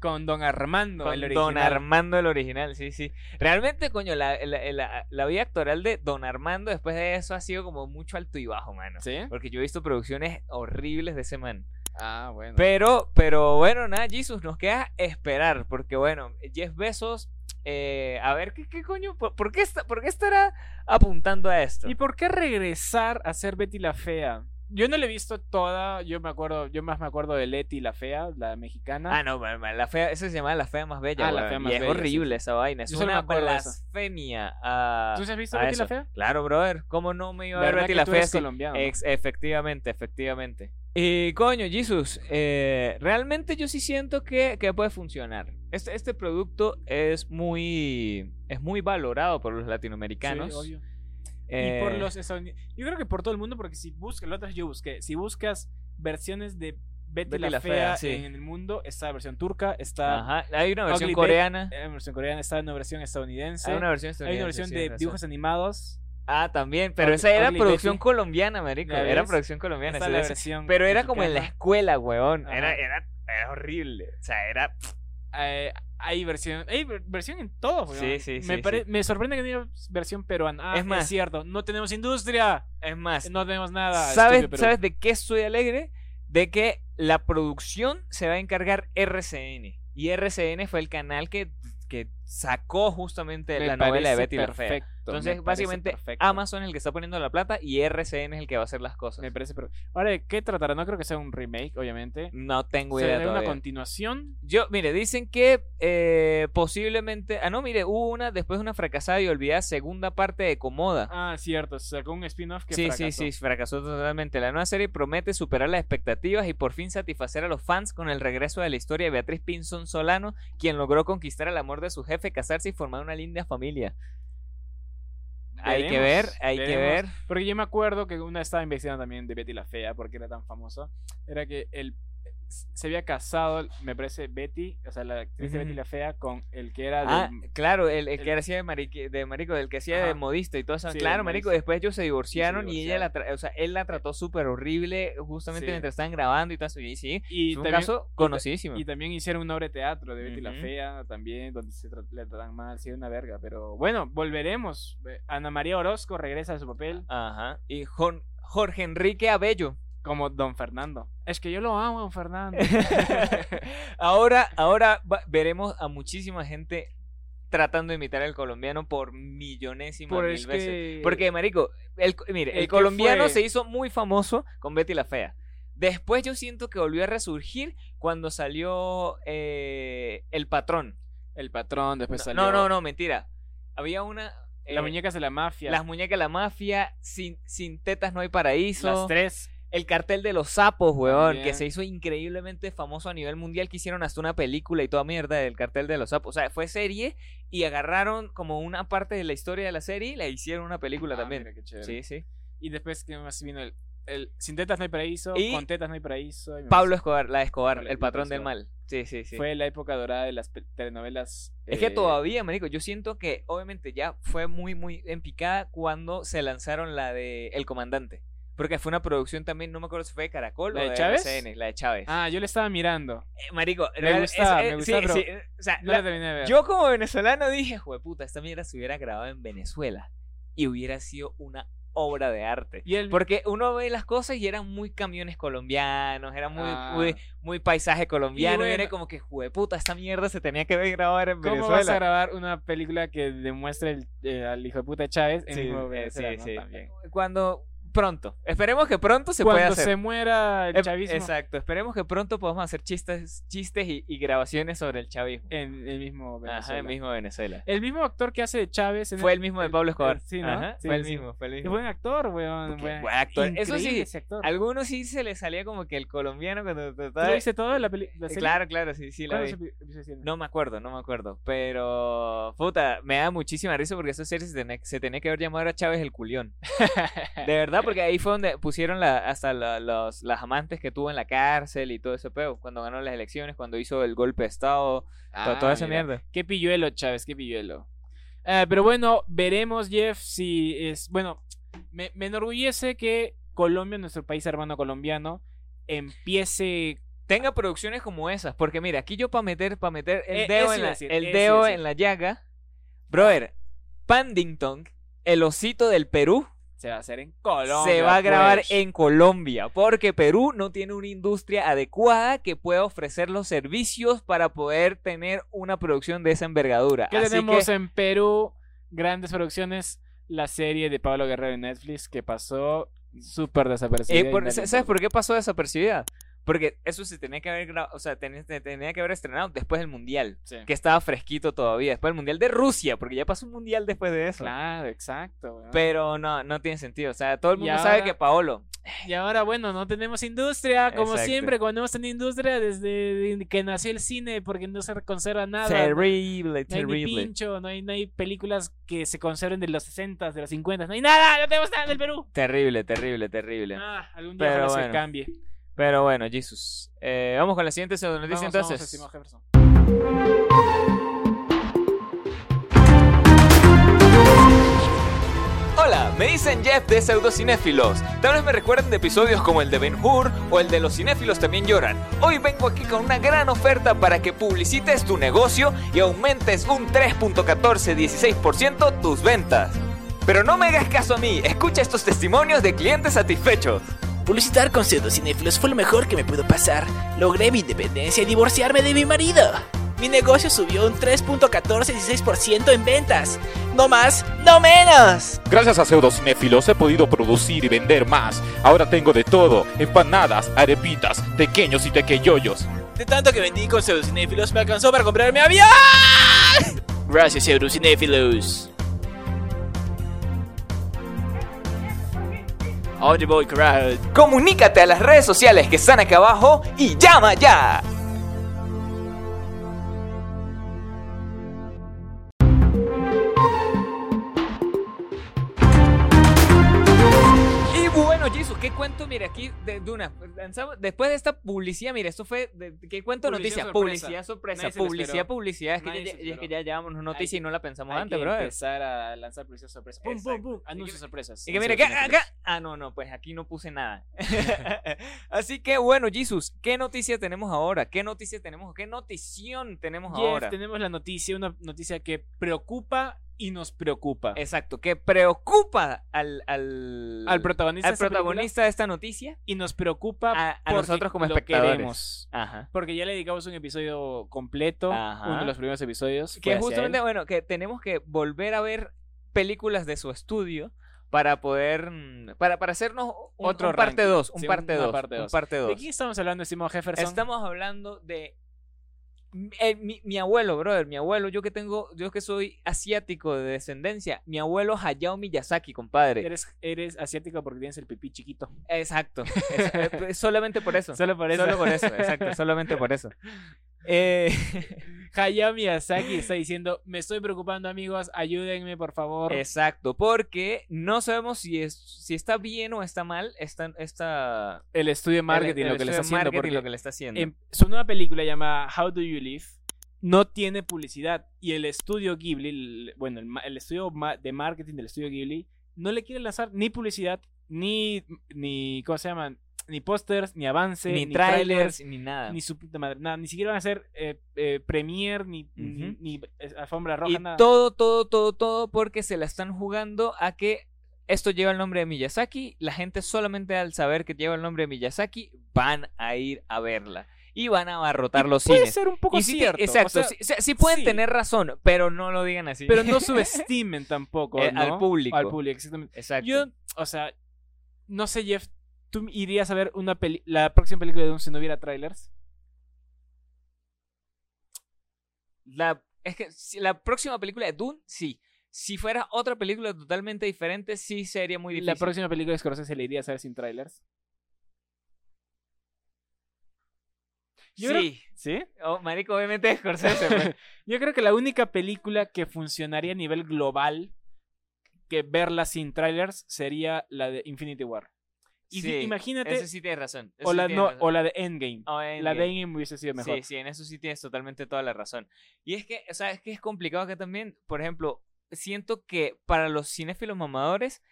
B: con Don Armando,
A: con
B: el original.
A: Don Armando el original, sí, sí. Realmente, coño, la, la- la- la vida actoral de Don Armando después de eso ha sido como mucho alto y bajo, mano.
B: ¿Sí?
A: Porque yo he visto producciones horribles de ese man.
B: Ah, bueno.
A: Pero, pero bueno, nada, Jesus, nos queda esperar. Porque bueno, Jeff Bezos, eh, a ver, ¿qué, qué coño? ¿Por, por qué está- ¿Por qué estará apuntando a esto?
B: ¿Y por qué regresar a ser Betty la Fea? Yo no la he visto toda, yo me acuerdo, yo más me acuerdo de Letty la Fea, la mexicana.
A: Ah, no, ma- ma- la fea, eso se llama la fea más bella.
B: Ah, la
A: weón,
B: fea más
A: y es
B: bella,
A: horrible esa vaina. Es
B: Yo solo me
A: una
B: acuerdo de eso.
A: blasfemia. a-
B: ¿Tú sí has visto
A: a
B: Betty la
A: eso.
B: Fea?
A: Claro, brother. ¿Cómo no me iba a ver
B: ¿Verdad
A: Betty
B: que
A: la
B: tú
A: Fea?
B: eres
A: si-
B: colombiano, no?
A: Ex- efectivamente, efectivamente. Y coño, Jesus, eh, realmente yo sí siento que, que puede funcionar. Este, este producto es muy, es muy valorado por los
B: Sí,
A: latinoamericanos.
B: obvio. Y
A: Eh,
B: por los estadounidenses. Yo creo que por todo el mundo, porque si buscas, la otra vez yo busqué, si buscas versiones de Betty, la, Fea,
A: sí.
B: en el mundo, está la versión turca, está
A: Ajá, hay una versión
B: Ugly Betty,
A: coreana,
B: hay una versión coreana, está una versión estadounidense,
A: hay una versión
B: hay una
A: estadounidense,
B: versión
A: sí,
B: de
A: tienes razón.
B: dibujos animados,
A: Ah, también, pero
B: Ugly-
A: esa era
B: Ugly
A: producción
B: Betty.
A: colombiana, marico.
B: ¿Ya
A: Era
B: ves?
A: producción colombiana.
B: está
A: sí,
B: la
A: de-
B: versión
A: Pero era como en la
B: mexicana.
A: escuela, weón. Era,
B: Ajá.
A: era, era horrible. O sea, era.
B: Eh, hay versión, hay ver- versión en todo, weón.
A: Sí, sí,
B: me,
A: sí,
B: pare-
A: sí.
B: me sorprende que no haya versión peruana. Ah,
A: Es
B: es
A: más-
B: cierto, no tenemos industria,
A: Es más,
B: no tenemos nada.
A: ¿sabes,
B: estúpido Perú.
A: ¿sabes de qué estoy alegre? De que la producción se va a encargar RCN. Y RCN fue el canal que, que sacó justamente
B: Me
A: la novela de
B: parece
A: Betty la Fea.
B: perfecto, me
A: Entonces,
B: parece
A: básicamente,
B: perfecto.
A: Amazon es el que está poniendo la plata y RCN es el que va a hacer las cosas.
B: Me parece perfecto. Ahora, ¿de qué tratará? No creo que sea un remake, obviamente.
A: No tengo idea
B: ¿Será una
A: todavía.
B: continuación?
A: Yo, mire, dicen que eh, posiblemente. Ah, no, mire, hubo una después de una fracasada y olvidada segunda parte de Comoda.
B: Ah, cierto, sacó un spin-off que
A: sí,
B: fracasó.
A: sí, sí, fracasó totalmente. La nueva serie promete superar las expectativas y por fin satisfacer a los fans con el regreso de la historia de Beatriz Pinson Solano, quien logró conquistar el amor de su jefe, casarse y formar una linda familia. hay que ver,
B: Veremos,
A: hay que ver.
B: veremos. Porque yo me acuerdo que una estaba investigando también de Betty la Fea, porque era tan famosa. Era que él se había casado, me parece, Betty, o sea, la actriz de
A: Ujú.
B: Betty la Fea, con el que era
A: Ah,
B: del-
A: claro, el, el que
B: el-
A: hacía de, mariqui- de marico, el que hacía de
B: Ajá.
A: modista y todo eso.
B: Sí, de
A: claro, marico,
B: modista.
A: después ellos se divorciaron y, ella la, tra- o sea, él la trató súper horrible justamente
B: Sí.
A: mientras estaban grabando y todo eso. Y sí,
B: y
A: es un
B: también,
A: caso conocidísimo.
B: y también hicieron una obra de teatro de Betty la
A: Ujú.
B: Fea, también, donde se tra- le tratan mal, sí, una verga. Pero bueno, volveremos. Ana María Orozco regresa a su papel
A: Ajá. Y Jon- Jorge Enrique Abello.
B: como Don Fernando. Es que yo lo amo, Don Fernando.
A: ahora ahora va- veremos a muchísima gente tratando de imitar al colombiano por millonésima
B: Por
A: mil
B: es
A: veces.
B: que...
A: Porque, marico, el, co- mire, el,
B: El que
A: colombiano
B: fue-
A: se hizo muy famoso con Betty la Fea. Después yo siento que volvió a resurgir cuando salió eh, El Patrón.
B: El patrón después Pues salió.
A: No, no, no, mentira. Había una... eh,
B: Las muñecas de la mafia.
A: Las muñecas de la mafia, sin, sin tetas no hay paraíso.
B: Las tres.
A: El cartel de los sapos, weón, que
B: También.
A: se hizo increíblemente famoso a nivel mundial, que hicieron hasta una película y toda mierda del cartel de los sapos. O sea, fue serie y agarraron como una parte de la historia de la serie y la hicieron una película
B: Ah,
A: también.
B: mira, qué chévere.
A: Sí, sí.
B: Y después que más vino el, el Sin tetas no hay paraíso,
A: Y-
B: con tetas no hay paraíso. y me
A: Pablo Escobar, la de Escobar,
B: Pablo-
A: el patrón del
B: Escobar.
A: mal. Sí, sí, sí.
B: parece- Fue la época dorada de las pe- telenovelas.
A: es que
B: eh,
A: todavía, marico, yo siento que obviamente ya fue muy, muy en picada cuando se lanzaron la de El Comandante. Porque fue una producción también, no me acuerdo si fue de Caracol
B: ¿La
A: o
B: de
A: de
B: Chávez?
A: RCN, la de Chávez.
B: Ah, yo le estaba mirando.
A: Eh, marico,
B: Me gustaba, me
A: sí,
B: gustaba, pero
A: sí, eh, o sea,
B: No
A: la-
B: la terminé de ver.
A: yo como venezolano dije, puta, esta mierda se hubiera grabado en Venezuela y hubiera sido una obra de arte.
B: Y el.
A: Porque uno ve las cosas y eran muy camiones colombianos, era muy,
B: Ah,
A: muy, muy paisaje colombiano. Y,
B: Y
A: era
B: bueno.
A: como que, puta, esta mierda se tenía que ver grabar en
B: ¿Cómo
A: Venezuela.
B: vas a grabar una película que demuestre el- eh, al hijo de puta de Chávez en
A: Sí,
B: el
A: eh,
B: nuevo
A: sí, sí. Cuando, pronto. Esperemos que pronto se pueda
B: Cuando
A: hacer.
B: se muera
A: Eh,
B: el chavismo
A: Exacto, esperemos que pronto podamos hacer chistes, chistes y, y grabaciones sobre el chavismo.
B: en el mismo
A: Ajá,
B: Venezuela.
A: el mismo Venezuela.
B: El mismo actor que hace de Chávez en
A: Fue el mismo de
B: el-
A: Pablo Escobar.
B: el- sí, ¿no?
A: Ajá,
B: Sí,
A: fue el
B: sí.
A: mismo, fue el
B: Qué
A: mismo.
B: buen actor, weón.
A: Porque
B: weón.
A: buen actor. Eso
B: Increíble
A: sí,
B: ese actor.
A: Algunos sí se les salía como que el colombiano cuando
B: ¿Tú
A: trataba
B: lo
A: de- Eh,
B: viste todo en la película?
A: Claro, claro, sí, sí, la vi. No me acuerdo, no me acuerdo. Pero, puta, me da muchísima risa porque esa serie se tenía, se tenía que haber llamado a Chávez el culión. De verdad, porque ahí fue donde pusieron la- hasta la- los, las amantes que tuvo en la cárcel y todo ese peo. Cuando ganó las
B: Ah,
A: elecciones, cuando hizo el golpe de Estado, to- toda esa mierda.
B: Qué pilluelo, Chávez, qué pilluelo. Ah, pero bueno, veremos, Jeff, si es. Bueno, me, me enorgullece que Colombia, nuestro país hermano colombiano, empiece.
A: Tenga producciones como esas, porque mira, aquí yo para meter, para meter el
B: Eh,
A: dedo,
B: eso
A: en
B: iba
A: la,
B: a decir,
A: el
B: eso
A: dedo
B: iba a
A: en
B: decir.
A: la llaga, brother, Pandington, el osito del Perú,
B: Se va a hacer en Colombia.
A: se va a grabar
B: pues.
A: en Colombia, porque Perú no tiene una industria adecuada que pueda ofrecer los servicios para poder tener una producción de esa envergadura.
B: ¿Qué
A: Así
B: tenemos
A: que,
B: en Perú? Grandes producciones. La serie de Pablo Guerrero en Netflix que pasó súper desaparecida.
A: eh,
B: y
A: por-
B: nadie
A: ¿Sabes por qué pasó desapercibida? Porque eso se tenía que haber, gra- o sea, ten- se tenía que haber estrenado después del mundial,
B: Sí.
A: que estaba fresquito todavía, después del mundial de Rusia, porque ya pasó un mundial después de eso.
B: Claro, exacto. weón.
A: Pero no, no tiene sentido. O sea, todo el
B: Y
A: mundo sabe
B: ahora-
A: que Paolo.
B: Y ahora, bueno, no tenemos industria, como
A: Exacto.
B: siempre, como no hemos tenido industria desde que nació el cine, porque no se conserva nada.
A: Terrible,
B: No hay ni
A: terrible.
B: pincho, no hay, no hay películas que se conserven de los 60, de los 50, no hay nada, no tenemos nada del Perú.
A: Terrible, terrible, terrible.
B: Ah, algún día
A: Pero
B: ojalá
A: bueno.
B: se cambie.
A: Pero bueno, Jesus. Eh, vamos con la siguiente pseudo noticia
B: Vamos, vamos,
A: entonces.
B: estimado Jefferson.
A: Hola, me dicen Jeff de Pseudocinéfilos. Tal vez me recuerden de episodios como el de Ben Hur o el de Los Cinéfilos también lloran. Hoy vengo aquí con una gran oferta para que publicites tu negocio y aumentes un 3.1416% tus ventas. Pero no me hagas caso a mí, escucha estos testimonios de clientes satisfechos.
C: Publicitar con pseudocinéfilos fue lo mejor que me pudo pasar. Logré mi independencia y divorciarme de mi marido. Mi negocio subió un 3.1416% en ventas. No más, no menos.
D: Gracias a pseudocinéfilos he podido producir y vender más. Ahora tengo de todo: empanadas, arepitas, pequeños y tequeyoyos.
C: De tanto que vendí con pseudocinéfilos me alcanzó para comprarme avión. Gracias, pseudocinéfilos. Ahora voy, carajo.
A: Comunícate a las redes sociales que están acá abajo y llama ya. Y Bueno, Jesús, ¿qué cuento? Mira, aquí de, de una, lanzamos- después de esta publicidad, mira, esto fue, de- ¿qué cuento
B: Publicidad
A: noticia?
B: sorpresa.
A: Publicidad sorpresa,
B: Nadie se lo
A: publicidad,
B: esperó.
A: publicidad, es que,
B: Nadie
A: ya,
B: se
A: ya- es que
B: esperó.
A: ya llevamos una noticia
B: Hay
A: y no la pensamos
B: Hay
A: antes,
B: que
A: bro.
B: empezar a lanzar publicidad sorpresa. Pum, pum, pum. Anuncios
A: Y que-
B: sorpresas.
A: Y que mira,
B: que
A: acá, acá. Ah, no, no, pues aquí no puse nada. Así que bueno, Jesus, ¿qué noticia tenemos ahora? ¿Qué noticia tenemos? ¿Qué notición tenemos
B: Jeff,
A: ahora?
B: tenemos la noticia, una noticia que preocupa y nos preocupa.
A: Exacto, que preocupa al, al,
B: al protagonista,
A: al
B: de esta película
A: protagonista de esta Ah, noticia.
B: y nos preocupa
A: A- a
B: porque
A: nosotros como
B: lo
A: espectadores.
B: queremos.
A: Ajá.
B: Porque ya le dedicamos un episodio completo,
A: Ajá.
B: uno de los primeros episodios. fue
A: Que
B: hacia
A: justamente,
B: él.
A: bueno, que tenemos que volver a ver películas de su estudio para poder. mm, Para, para hacernos un,
B: Otro
A: un parte
B: ranking.
A: 2. Un
B: Sí,
A: parte
B: una
A: 2.
B: parte
A: Un
B: dos.
A: parte 2.
B: ¿De quién estamos hablando, estimado Jefferson?
A: Estamos hablando de eh, mi, mi abuelo, brother, mi abuelo, yo que tengo, yo que soy asiático de descendencia, mi abuelo Hayao Miyazaki, compadre.
B: Eres, eres asiático porque tienes el pipí chiquito.
A: Exacto. Es- eh, solamente por eso.
B: Solo por eso.
A: Solo por eso, exacto, solamente por eso. Eh,
B: Hayao Miyazaki está diciendo, me estoy preocupando, amigos, ayúdenme, por favor.
A: exacto, porque no sabemos si es si está bien o está mal esta, esta
B: El estudio de marketing,
A: el- el
B: lo que
A: estudio
B: le está
A: de
B: haciendo.
A: marketing,
B: Porque
A: lo que le está haciendo.
B: en su nueva película llamada How Do You Live no tiene publicidad. Y el estudio Ghibli, el- bueno, el, ma- el estudio ma- de marketing del estudio Ghibli, no le quiere lanzar ni publicidad, ni, ni ¿cómo se llaman? Ni pósters, ni avance,
A: ni,
B: ni,
A: trailers,
B: trailers,
A: ni nada.
B: ni su puta madre, nada. Ni siquiera van a hacer eh, eh, premier, ni, ni-
A: Ujú.
B: ni, eh, alfombra roja,
A: Y
B: nada.
A: todo, todo, todo, todo porque se la están jugando a que esto lleva el nombre de Miyazaki. La gente solamente al saber que lleva el nombre de Miyazaki van a ir a verla y van a abarrotar los
B: Puede
A: cines.
B: ser un poco
A: Y sí te-
B: cierto. o
A: exacto,
B: sea,
A: sí, sí- sí pueden
B: sí.
A: tener razón, pero no lo digan así.
B: Pero no subestimen tampoco
A: Eh, al
B: ¿no?
A: público.
B: Al público, exactamente.
A: exacto.
B: Yo, o sea, no sé, Jeff, ¿tú irías a ver una peli la próxima película de Doom si no hubiera trailers?
A: La, es que si la próxima película de Dune, sí. Si fuera otra película totalmente diferente, sí sería muy
B: La
A: difícil.
B: próxima película de Scorsese la irías a ver sin trailers. yo creo-
A: Sí.
B: ¿Sí?
A: Oh, marico, obviamente es Scorsese. pues.
B: Yo creo que la única película que funcionaría a nivel global que verla sin trailers sería la de Infinity War. Y si-
A: Sí,
B: imagínate,
A: Eso sí tienes razón. eso
B: o,
A: sí
B: la,
A: tienes
B: no,
A: razón.
B: o la de Endgame.
A: O
B: La
A: Endgame.
B: de Endgame hubiese sido mejor.
A: Sí, sí, en eso sí tienes totalmente toda la razón. Y es que, o sea, es que es complicado acá también, por ejemplo, siento que para los cinéfilos mamadores,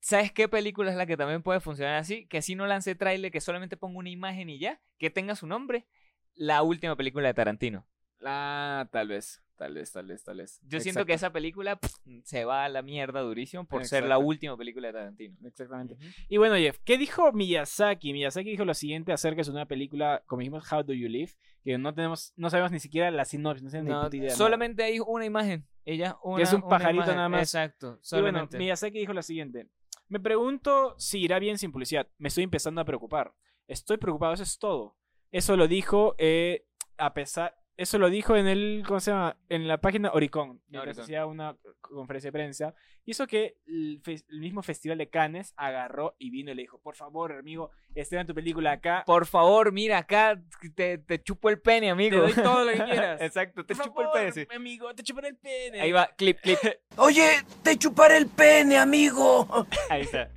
A: ¿sabes qué película es la que también puede funcionar así? Que así no lance trailer, que solamente ponga una imagen y ya, que tenga su nombre. La última película de Tarantino.
B: Ah, tal vez, tal vez, tal vez, tal vez.
A: Yo siento que
B: Exacto,
A: esa película pff, se va a la mierda durísimo por ser la
B: Exacto.
A: última película de Tarantino.
B: Exactamente. Y bueno, Jeff, ¿qué dijo Miyazaki? Miyazaki dijo lo siguiente acerca de su nueva película, como dijimos, How Do You Live, que no tenemos, no sabemos ni siquiera la sinopsis, no tenemos
A: No,
B: ni puta idea.
A: solamente hay una imagen. Ella una,
B: es un
A: una
B: pajarito
A: imagen.
B: nada más.
A: Exacto.
B: Y bueno,
A: Solamente.
B: Miyazaki dijo lo siguiente. Me pregunto si irá bien sin publicidad. Me estoy empezando a preocupar. Estoy preocupado, eso es todo. Eso lo dijo eh, a pesar... Eso lo dijo en el, ¿cómo se llama? En la página Ah, Oricon, mientras
A: Oricon.
B: hacía una conferencia de prensa. Y eso que el, fe- el mismo Festival de Cannes agarró y vino y le dijo, por favor, amigo, estrena tu película acá.
A: Por favor, mira acá, te, te chupo el pene, amigo.
B: doy todo lo que quieras.
A: Exacto, te
B: Por
A: chupo el
B: favor,
A: pene. sí.
B: amigo, te chuparé el pene.
A: Ahí va, clip, clip.
C: Oye, te chuparé el pene, amigo.
B: Ahí está.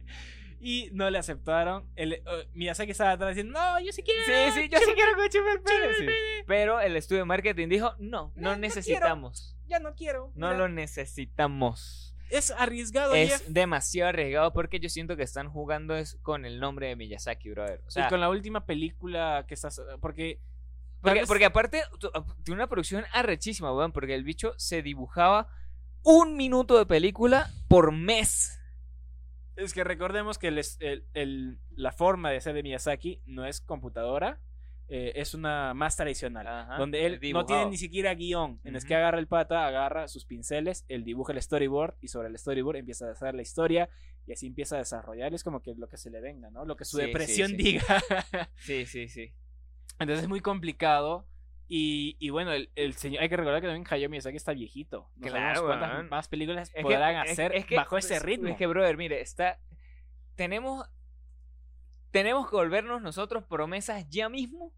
B: Y no le aceptaron. El, eh, Miyazaki estaba atrás diciendo, no, yo sí quiero.
A: Sí, sí, yo sí quiero que me chupe el pene.
B: el
A: sí. Pero el estudio de marketing dijo, no,
B: No,
A: no,
B: no
A: necesitamos.
B: Ya no quiero.
A: No,
B: Mira,
A: lo necesitamos.
B: Es arriesgado, Jeff.
A: Es demasiado arriesgado porque yo siento que están jugando es con el nombre de Miyazaki, brother. O sea,
B: y con la última película que estás... Porque... tal
A: Porque,
B: vez-
A: porque aparte, tu- ah, tiene una producción arrechísima, weón, porque el bicho se dibujaba un minuto de película por mes.
B: Es que recordemos que el es- el- el- la forma de hacer de Miyazaki no es computadora, eh, es una más tradicional. donde él no tiene ni siquiera guión. En es que
A: Ujú.
B: agarra el pata, agarra sus pinceles, él dibuja el storyboard y sobre el storyboard empieza a hacer la historia y así empieza a desarrollar. Es como que lo que se le venga, ¿no? Lo que su
A: Sí, sí,
B: depresión
A: sí.
B: diga.
A: Sí, sí, sí.
B: Entonces es muy complicado. Y, y bueno, el, el señor, hay que recordar que también Hayao Miyazaki está viejito. No
A: Claro,
B: sabemos cuántas
A: weón.
B: más películas
A: Es que-
B: podrán
A: es-
B: hacer
A: es que-
B: bajo ese
A: es-
B: ritmo.
A: Es que, brother, mire, está. Tenemos. Tenemos que volvernos nosotros promesas ya mismo.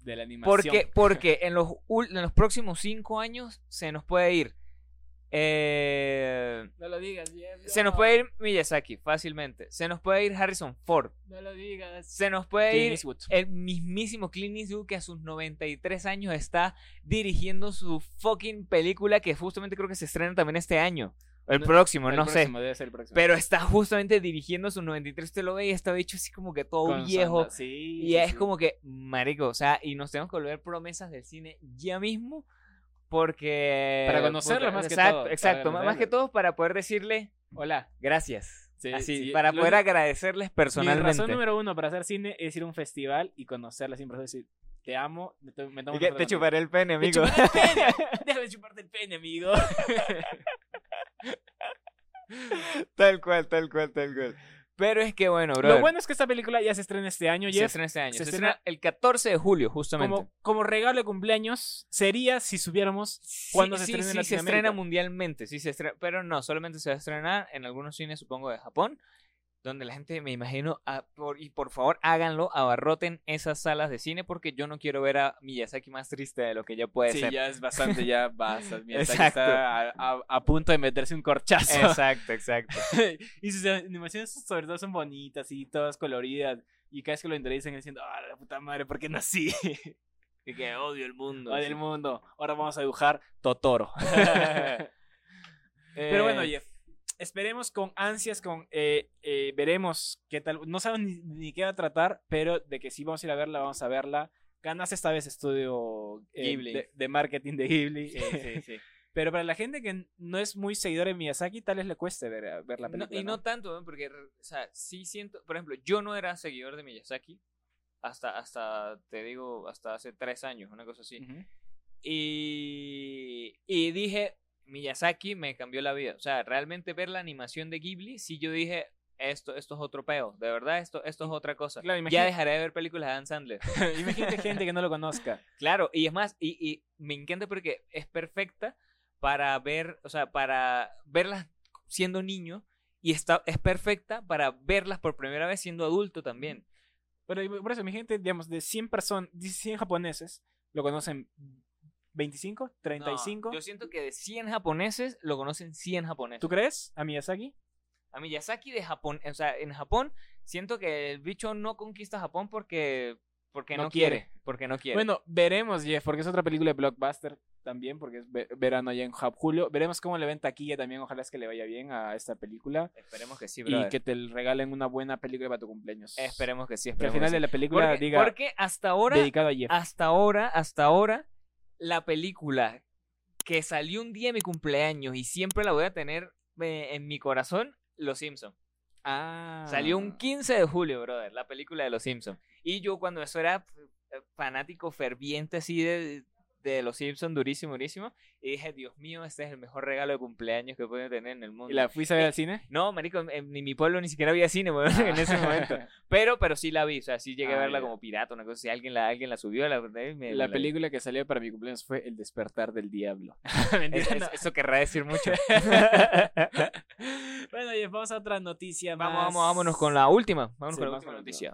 B: de la animación.
A: Porque, porque en, los, ul- en los próximos cinco años se nos puede ir. eh,
B: No lo digas, Jeff,
A: se nos
B: no,
A: puede ir Miyazaki fácilmente. Se nos puede ir Harrison Ford.
B: No lo digas.
A: Se nos puede
B: Clint
A: ir
B: Eastwood.
A: el mismísimo Clint Eastwood que a sus 93 años está dirigiendo su fucking película que justamente creo que se estrena también este año. O el
B: No,
A: próximo,
B: El
A: no sé.
B: próximo, debe ser el próximo.
A: Pero está justamente dirigiendo a sus 93. Usted lo ve y está hecho así como que todo
B: Con
A: viejo.
B: Sandra, sí,
A: Y
B: sí,
A: es
B: sí.
A: como que, marico, o sea, y nos tenemos que volver promesas del cine ya mismo. Porque.
B: Para conocerlo más que
A: exacto,
B: todo, para
A: Exacto, más que
B: conocerlo.
A: todo para poder decirle
B: Hola.
A: gracias.
B: Sí,
A: Así,
B: sí,
A: para
B: lo
A: poder
B: único-
A: agradecerles personalmente.
B: Mi razón número uno para hacer cine es ir a un festival y conocerla sin proceso y decir, te amo, me, to- me tomo
A: Y que
B: una
A: te
B: foto
A: chuparé el pene,
B: contigo.
A: amigo.
B: Te chuparé el pene. Déjame chuparte el pene, amigo.
A: Tal cual, tal cual, tal cual. Pero es que bueno, bro.
B: Lo bueno es que esta película ya se estrena este año,
A: se
B: Jeff.
A: estrena este año.
B: se
A: Se,
B: estrena-
A: estrena el 14 de julio, justamente.
B: Como, como regalo de cumpleaños sería si subiéramos...
A: Sí,
B: ¿Cuándo se
A: sí,
B: estrena en
A: sí, se
B: Latinoamérica?
A: estrena mundialmente, sí se estrena, pero no, solamente se va a estrenar en algunos cines, supongo, de Japón, donde la gente, me imagino, a- por- y por favor háganlo, abarroten esas salas de cine, porque yo no quiero ver a Miyazaki más triste de lo que ya puede ser.
B: ya es bastante, ya basta.
A: Miyazaki está
B: a, punto de meterse un corchazo.
A: Exacto, exacto.
B: y sus animaciones sobre todo son bonitas y todas coloridas. Y cada vez que lo entrevistan diciendo, ah, la puta madre, ¿por qué nací?
A: Y que odio el mundo.
B: Del mundo. Ahora vamos a dibujar Totoro. Pero
A: Eh,
B: bueno, Jeff, esperemos con ansias, con eh, eh, veremos qué tal. No sabemos ni, ni qué va a tratar, pero de que sí vamos a ir a verla, vamos a verla. Ganas esta vez estudio eh,
A: Ghibli.
B: De, de marketing de Ghibli.
A: sí, sí.
B: Pero para la gente que no es muy seguidora de Miyazaki, tal vez le cueste ver, eh, ver la
A: No,
B: película.
A: y no tanto, ¿no? porque, o sea, sí siento, por ejemplo, yo no era seguidor de Miyazaki hasta, hasta te digo, hasta hace tres años, una cosa así.
B: Ujú.
A: Y, y dije, Miyazaki me cambió la vida. O sea, realmente ver la animación de Ghibli, sí yo dije, esto, esto es otro peo, de verdad, esto, esto es otra cosa.
B: Claro,
A: Ya
B: imagínate-
A: dejaré de ver películas de Dan Sandler.
B: Imagínate gente que no lo conozca.
A: Claro, y es más, y, y me encanta porque es perfecta para ver, o sea, para verlas siendo niño y está, es perfecta para verlas por primera vez siendo adulto también.
B: Pero y por eso, mi gente, digamos, de 100 personas, 100 japoneses, lo conocen 25, 35.
A: No, yo siento que de 100 japoneses lo conocen 100 japoneses.
B: ¿Tú crees a Miyazaki?
A: A Miyazaki de Japón, o sea, en Japón siento que el bicho no conquista Japón porque Porque no,
B: No
A: quiere.
B: quiere.
A: Porque no quiere.
B: Bueno, veremos, Jeff, porque es otra película de blockbuster también, porque es ve- verano ya en Jap- julio. Veremos cómo le ven taquilla también. Ojalá es que le vaya bien a esta película
A: esperemos que sí,
B: y
A: brother.
B: que te regalen una buena película para tu cumpleaños.
A: Esperemos que sí.
B: Que al
A: Esperemos
B: final
A: que
B: de
A: sí.
B: la película
A: porque,
B: diga
A: porque hasta ahora,
B: dedicado a Jeff.
A: hasta ahora, hasta ahora, la película que salió un día de mi cumpleaños y siempre la voy a tener eh, en mi corazón, Los Simpsons.
B: Ah.
A: Salió un 15 de julio, brother, la película de Los Simpsons. Y yo cuando eso era eh, fanático ferviente así de, de Los Simpsons, durísimo, durísimo, y dije, Dios mío, este es el mejor regalo de cumpleaños que puedo tener en el mundo.
B: ¿Y la fuiste a ver al cine?
A: No, marico, en- en- ni mi pueblo ni siquiera había cine weón, en ese momento. Pero, pero sí la vi, o sea, sí llegué a
B: Ah,
A: verla
B: ya.
A: como pirata, una cosa así. Alguien la, alguien la subió. La, me- me-
B: La
A: vi.
B: película que salió para mi cumpleaños fue El despertar del diablo.
A: Es-
B: Mentira,
A: es- Eso querrá decir mucho.
B: bueno, Jeff, vamos a otra noticia
A: Vamos, vamos, vámonos con la última. Vámonos
B: Sí,
A: con la
B: vamos
A: última
B: con la
A: noticia.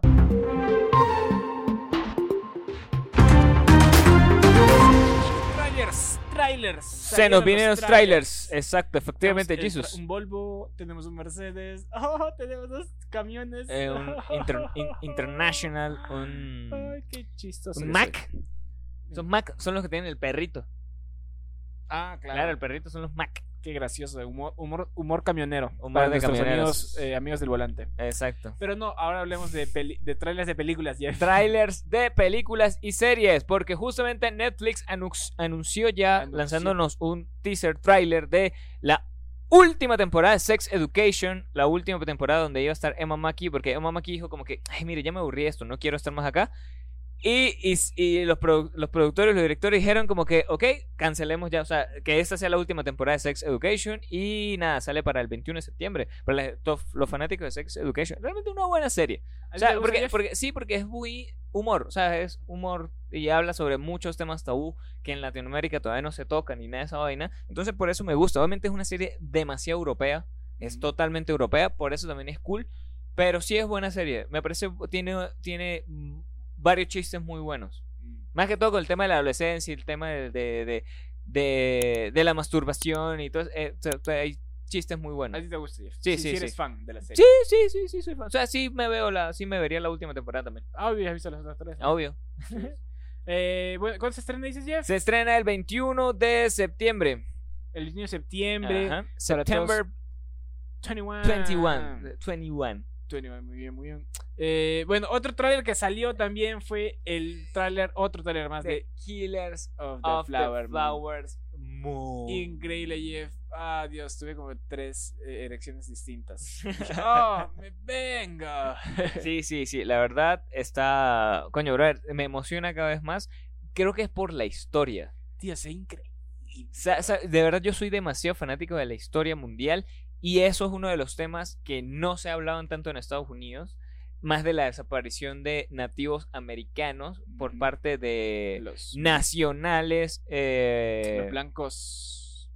B: Trailers, trailers.
A: Se nos
B: Salieron
A: vienen los trailers. Exacto,
B: Tenemos
A: efectivamente,
B: el tra-
A: Jesus.
B: Un Volvo, tenemos un Mercedes, oh, tenemos dos camiones.
A: Eh, un inter- in- international, un-
B: Ay, qué chistoso.
A: Un
B: que
A: Mac.
B: soy.
A: Son Mac, son los que tienen el perrito.
B: Ah, claro.
A: Claro, el perrito son los Mac.
B: Qué gracioso. Humor, humor, humor camionero.
A: Humor
B: para
A: de
B: nuestros
A: camioneros.
B: amigos, eh, amigos del volante.
A: Exacto.
B: Pero no, ahora hablemos de, peli- de trailers de películas. Jeff.
A: trailers de películas y series, porque justamente Netflix anux- anunció ya
B: Anunció.
A: lanzándonos un teaser trailer de la última temporada de Sex Education, la última temporada donde iba a estar Emma Mackey, porque Emma Mackey dijo como que, ay, mire, ya me aburrí de esto, no quiero estar más acá. Y, y- y los, produ- los productores, los directores dijeron como que, ok, cancelemos ya, o sea, que esta sea la última temporada de Sex Education y nada, sale para el 21 de septiembre, para la- tof- los fanáticos de Sex Education. Realmente una buena serie. O sea,
B: ¿Te gusta,
A: porque,
B: Jeff?
A: porque- sí, porque es muy humor, o sea, es humor y habla sobre muchos temas tabú que en Latinoamérica todavía no se tocan ni nada de esa vaina. Entonces, por eso me gusta. Obviamente es una serie demasiado europea, es totalmente europea, por eso también es cool, pero sí es buena serie. Me parece, tiene, tiene mm, varios chistes muy buenos. Más que todo con el tema de la adolescencia y el tema de, de, de, de- de la masturbación y todo. eso, eh, o sea, hay chistes muy buenos.
B: A ti te gusta, Jeff.
A: Sí, sí,
B: eres
A: sí.
B: fan de la serie.
A: Sí, sí, sí, sí, soy fan. O sea, sí me veo la, sí me vería la última temporada también.
B: Ah, obvio, has visto las otras tres.
A: Obvio.
B: Eh, bueno, ¿Cuándo se estrena, dices, Jeff?
A: Se estrena el 21 de septiembre.
B: El 21 de septiembre. ah.
A: Ajá.
B: para todos.
A: September
B: 21. Ah.
A: 21. 21.
B: 21, muy bien, muy bien. Eh, bueno, otro tráiler que salió también fue el tráiler, otro tráiler más de
A: The Killers
B: Of Ah, the
A: of
B: Flower.
A: the
B: Moon.
A: Flowers Moon.
B: Increíble, Jeff. Ah, Dios, tuve como tres eh, erecciones distintas. ¡Oh, me venga!
A: Sí, sí, sí. La verdad está. Coño, brother, me emociona cada vez más. Creo que es por la historia.
B: Dios, es increíble.
A: Sa- sa- de verdad, yo soy demasiado fanático de la historia mundial y eso es uno de los temas que no se hablaban tanto en Estados Unidos, más de la desaparición de nativos americanos por
B: Ujú.
A: parte de
B: Los,
A: nacionales. eh,
B: los blancos.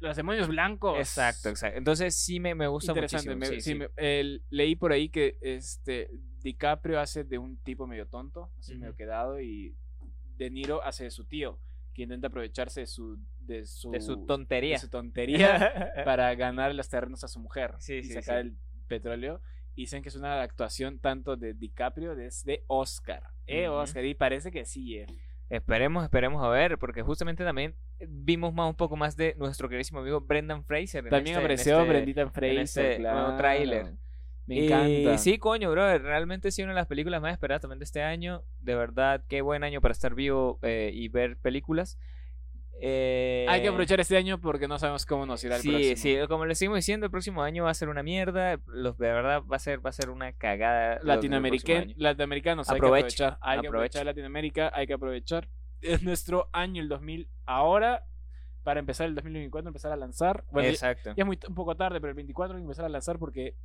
B: Los demonios blancos.
A: Exacto, exacto. Entonces sí me, me gusta
B: Interesante.
A: muchísimo. sí,
B: me- sí,
A: sí.
B: me- el- leí por ahí que este DiCaprio hace de un tipo medio tonto, así
A: Ujú.
B: medio quedado, y De Niro hace de su tío, que intenta aprovecharse de su, de su,
A: De su
B: uh, de
A: tontería.
B: su tontería para ganar los terrenos a su mujer
A: Sí,
B: y
A: sí,
B: sacar
A: sí.
B: el petróleo. Y dicen que es una actuación tanto de DiCaprio es de Oscar. Eh,
A: Ujú.
B: Oscar, y parece que sí, eh.
A: esperemos, esperemos a ver, porque justamente también vimos más un poco más de nuestro queridísimo amigo Brendan Fraser. en
B: También
A: este- en
B: apareció
A: este-
B: Brendita Fraser,
A: este nuevo
B: claro.
A: tráiler.
B: Me
A: Y
B: encanta.
A: Eh, sí, coño, brother, realmente sí una de las películas más esperadas también de este año. De verdad, qué buen año para estar vivo eh, y ver películas. Eh,
B: Hay que aprovechar este año porque no sabemos cómo nos irá el
A: Sí,
B: próximo.
A: sí, como le seguimos diciendo, el próximo año va a ser una mierda, los, de verdad va a ser va a ser una cagada. lo- lo próximo
B: Latinoamerican,
A: año.
B: latinoamericanos, hay que
A: Aprovechen,
B: aprovechar. Hay que
A: aprovechen.
B: aprovechar Latinoamérica, hay que aprovechar. Es nuestro año, el 2000, ahora, para empezar el 2024, empezar a lanzar. Bueno, ya,
A: Exacto.
B: ya es muy, un poco tarde, pero el 24 hay que empezar a lanzar porque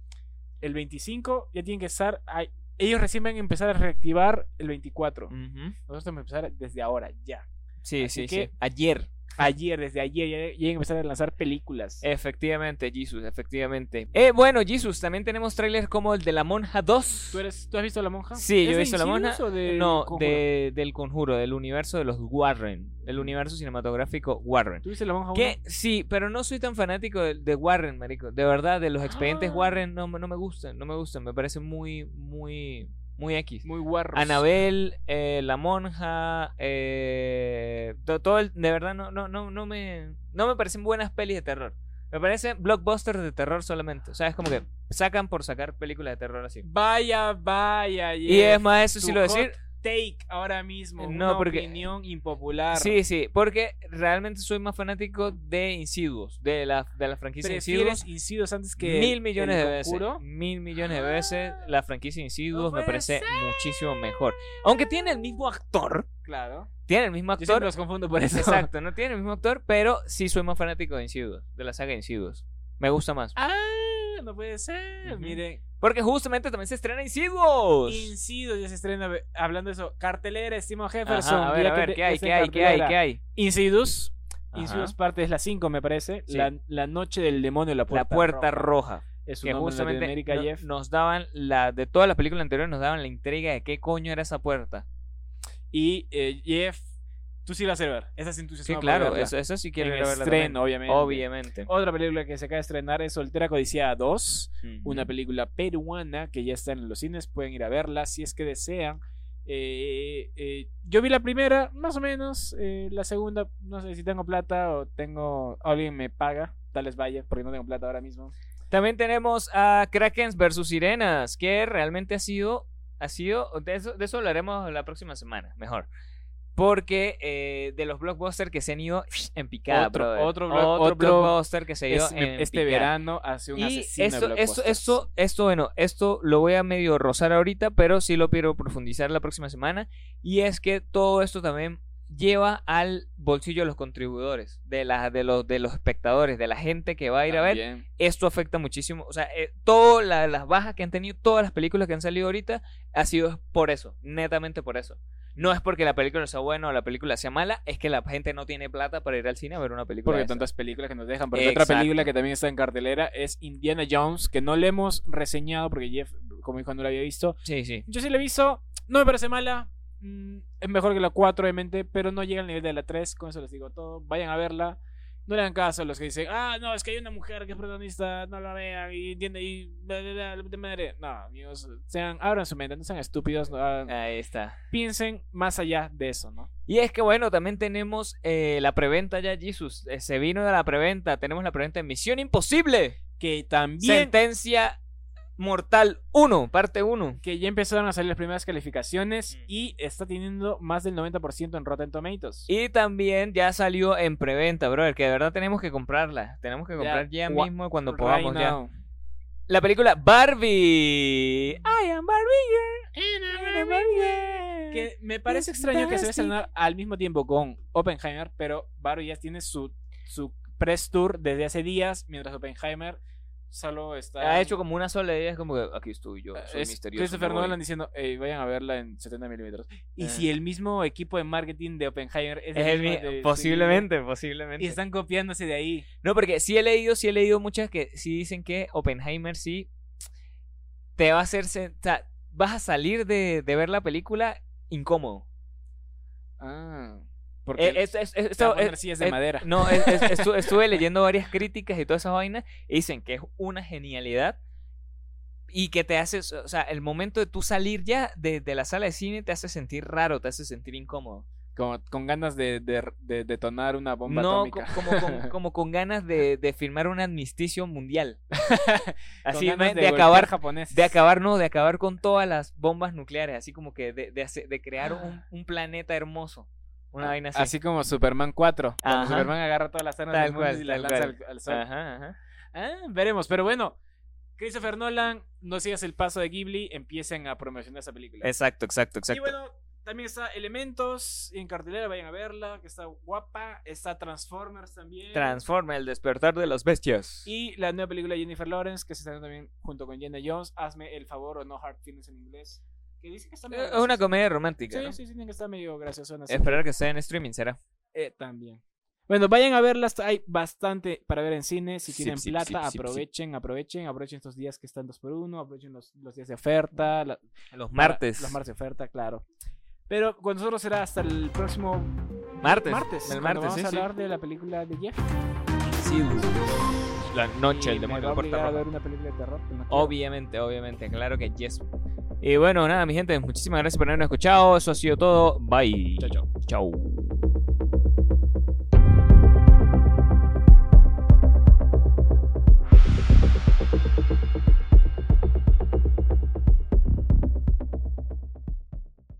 B: el 25 ya tienen que estar. ay, ellos recién van a empezar a reactivar el 24.
A: Ujú.
B: Nosotros tenemos que empezar desde ahora, ya.
A: Sí,
B: Así
A: sí,
B: que-
A: sí. Ayer.
B: Ayer, desde ayer, ya, ya hay que empezar a lanzar películas.
A: Efectivamente, Jesus, efectivamente. Eh, bueno, Jesus, también tenemos trailers como el de La Monja 2.
B: ¿Tú, eres, ¿Tú has visto La Monja?
A: Sí, yo
B: ¿Es
A: he
B: de
A: visto La Monja.
B: Insidious o de
A: No,
B: Conjuro?
A: de- del conjuro, del universo de los Warren, del universo cinematográfico Warren.
B: ¿Tú viste La Monja
A: Que sí, pero no soy tan fanático de, de Warren, marico. De verdad, de los expedientes
B: Ah.
A: Warren no, me- no me gustan, no me gustan. Me parece muy, muy, muy X.
B: Muy guarros.
A: Anabel, eh, la monja, eh, to- todo el- de verdad no, no, no, no me, no me parecen buenas pelis de terror. Me parecen blockbusters de terror solamente. O sea, es como que sacan por sacar películas de terror así.
B: Vaya, vaya.
A: Y es más, eso
B: tu
A: sí lo decir.
B: hot Take ahora mismo.
A: No,
B: una
A: porque-
B: opinión impopular.
A: Sí, sí, porque realmente soy más fanático de Insidious, de la, de la franquicia
B: Prefieres
A: Insidious.
B: incidos antes que.
A: mil
B: el-
A: millones
B: el
A: de veces.
B: Conjuro? ¡Ah!
A: Mil millones de veces la franquicia Insidious me
B: puede
A: parece muchísimo mejor. Aunque tiene el mismo actor.
B: Claro.
A: Tiene el mismo
B: Yo
A: actor.
B: siempre los confundo por eso.
A: Exacto, no tiene el mismo actor, pero sí soy más fanático de Insidious, de la saga Insidious. Me gusta más.
B: Ah, no puede ser.
A: Ujú. Pues
B: Miren,
A: Porque justamente también se estrena Insidious.
B: Incidos ya se estrena ve- hablando de eso. Cartelera, estimado
A: Ajá,
B: Jefferson.
A: a ver,
B: ya
A: a
B: que
A: ver,
B: te-
A: ¿qué
B: ya
A: hay,
B: está
A: qué
B: en
A: hay, qué hay,
B: cartelera.
A: qué hay?
B: Insidious.
A: Ajá.
B: Insidious parte es la 5, me parece.
A: Sí.
B: La, la noche del demonio, la puerta,
A: La Puerta
B: roja.
A: Roja.
B: Es un
A: que
B: nombre en
A: justamente
B: Latinoamérica,
A: no-
B: Jeff.
A: nos daban la de todas las películas anteriores nos daban la intriga de qué coño era esa puerta
B: Y eh, Jeff, tú sí la vas a ver. Esa es entusiasmo.
A: sí claro eso, eso sí quiero ir a verla
B: estreno,
A: también.
B: obviamente.
A: obviamente
B: Otra película que se acaba de estrenar es Soltera Codiciada 2.
A: Ujú.
B: Una película peruana que ya está en los cines. Pueden ir a verla si es que desean. Eh, eh, yo vi la primera, más o menos. eh, la segunda, no sé si tengo plata o tengo. Alguien me paga. Tal vez vaya, porque no tengo plata ahora mismo.
A: también tenemos a Krakens versus Sirenas que realmente ha sido ha sido de eso, de eso hablaremos la próxima semana mejor porque eh, de los blockbusters que se han ido en picada
B: Otro-
A: brother.
B: otro block- otro
A: blockbuster que se ha ido
B: Es-
A: en
B: este
A: picada.
B: verano hace un
A: Y
B: asesino. de
A: esto, esto,
B: blockbusters.
A: esto, esto, bueno, esto lo voy a medio rozar ahorita, pero sí lo quiero profundizar la próxima semana. Y es que todo esto también lleva al bolsillo de los contribuidores, de, la, de, los, de los espectadores, de la gente que va a ir a ver.
B: También.
A: Esto afecta muchísimo. O sea, eh, todas la- las bajas que han tenido, todas las películas que han salido ahorita, ha sido por eso, netamente por eso. No es porque la película sea buena o la película sea mala, es que la gente no tiene plata para ir al cine a ver una película. de
B: Porque
A: esas.
B: tantas películas que nos dejan. Porque otra
A: pues. Exacto.
B: película que también está en cartelera es Indiana Jones, que no le hemos reseñado porque Jeff, como dijo, no la había visto.
A: Sí, sí.
B: Yo sí la he visto, no me parece mala. mm, Es mejor que la 4, obviamente, pero no llega al nivel de la 3. Con eso les digo todo. Vayan a verla. No le hagan caso a los que dicen, ah, no, es que hay una mujer que es protagonista, no la vean, y entiende, y bla, bla, bla, la puta madre. No, amigos, sean, abran su mente, no sean estúpidos, no hagan-
A: Ahí está.
B: piensen más allá de eso, ¿no?
A: Y es que bueno, también tenemos eh, la preventa ya, Jesus. Eh, se vino de la preventa. Tenemos la preventa de Misión Imposible.
B: Que también
A: Sentencia Mortal 1, parte 1.
B: que ya empezaron a salir las primeras calificaciones
A: Mm.
B: y está teniendo más del 90% en Rotten Tomatoes.
A: Y también ya salió en preventa, brother. Que de verdad tenemos que comprarla. Tenemos que
B: Ya,
A: comprar ya,
B: gua-
A: mismo cuando
B: Right
A: podamos ya.
B: now.
A: La película Barbie.
B: Ah,
A: I am Barbie girl. I am Barbie girl.
B: Que me parece extraño que se va a estrenar al mismo tiempo con Oppenheimer, pero Barbie ya tiene su, su press tour desde hace días, mientras Oppenheimer solo está...
A: Ha hecho como una sola idea. Es como que aquí estoy yo.
B: Eh,
A: Soy
B: es
A: misterioso.
B: Christopher
A: me voy.
B: Nolan diciendo, "Ey, vayan a verla en 70 milímetros. Y
A: Ah.
B: si el mismo equipo de marketing de Oppenheimer Eh. es,
A: Es el
B: mismo
A: mi-
B: de-
A: Posiblemente, posiblemente.
B: Y están copiándose de ahí.
A: No, porque sí he leído, sí he leído muchas que sí dicen que Oppenheimer sí te va a hacer, se- o sea, vas a salir de, de ver la película incómodo.
B: Ah. Porque...
A: Eh, es- es- es-
B: te van a
A: esto-
B: poner
A: es-
B: sillas de
A: eh,
B: madera.
A: No, es- es- estu- estuve leyendo varias críticas y todas esas vainas y dicen que es una genialidad y que te hace, o sea, el momento de tú salir ya de, de la sala de cine te hace sentir raro, te hace sentir incómodo.
B: Como- con ganas de, de- de detonar una bomba
A: no,
B: atómica.
A: co- como, como- como con ganas de, de firmar un amnisticio mundial.
B: Con
A: Así,
B: ganas
A: man, de,
B: golpear
A: acabar
B: japoneses.
A: De acabar, no, de acabar con todas las bombas nucleares, así como que de, de, hace- de crear un, un planeta hermoso. Una vaina así.
B: Ah, Así como Superman 4. cuando
A: Ajá.
B: Superman agarra todas las armas
A: Tal
B: del mundo
A: cual,
B: y las
A: tal
B: lanza al,
A: cual.
B: al sol.
A: Ajá, ajá.
B: Ah, veremos, pero bueno. Christopher Nolan, no sigas el paso de Ghibli, empiecen a promocionar esa película.
A: Exacto, exacto,
B: Y
A: exacto.
B: bueno, también está Elementos en cartelera, vayan a verla, que está guapa. Está Transformers también.
A: Transforma el despertar de las bestias.
B: y la nueva película de Jennifer Lawrence, que se estrenó también junto con Jenna Jones. Hazme el favor o no hard feelings en inglés. Que dice que está medio
A: Eh, Es una
B: graciosa.
A: comedia romántica.
B: Sí,
A: ¿no?
B: sí, sí, tiene que estar medio graciosona. así.
A: Esperar que esté en streaming, será.
B: Eh, también. Bueno, vayan a verlas. Hay bastante para ver en cine. Si
A: Sip,
B: tienen
A: sip,
B: plata,
A: sip, sip, sip.
B: aprovechen, aprovechen. Aprovechen estos días que están dos por uno. Aprovechen los, los días de oferta. la-
A: Los
B: para-
A: martes.
B: Los martes de oferta, claro. Pero con nosotros será hasta el próximo
A: martes.
B: martes.
A: El
B: cuando
A: martes,
B: Vamos
A: sí,
B: a
A: sí.
B: hablar de la película de Jeff.
A: La noche,
B: Y
A: el
B: me
A: demonio de
B: va
A: la
B: a
A: puerta
B: obligar a
A: roja.
B: ver una película de terror. que no quiero.
A: Obviamente, obviamente, claro que yes. Y bueno, nada, mi gente, muchísimas gracias por habernos escuchado. Eso ha sido todo. Bye.
B: Chao, chao.
A: Chau.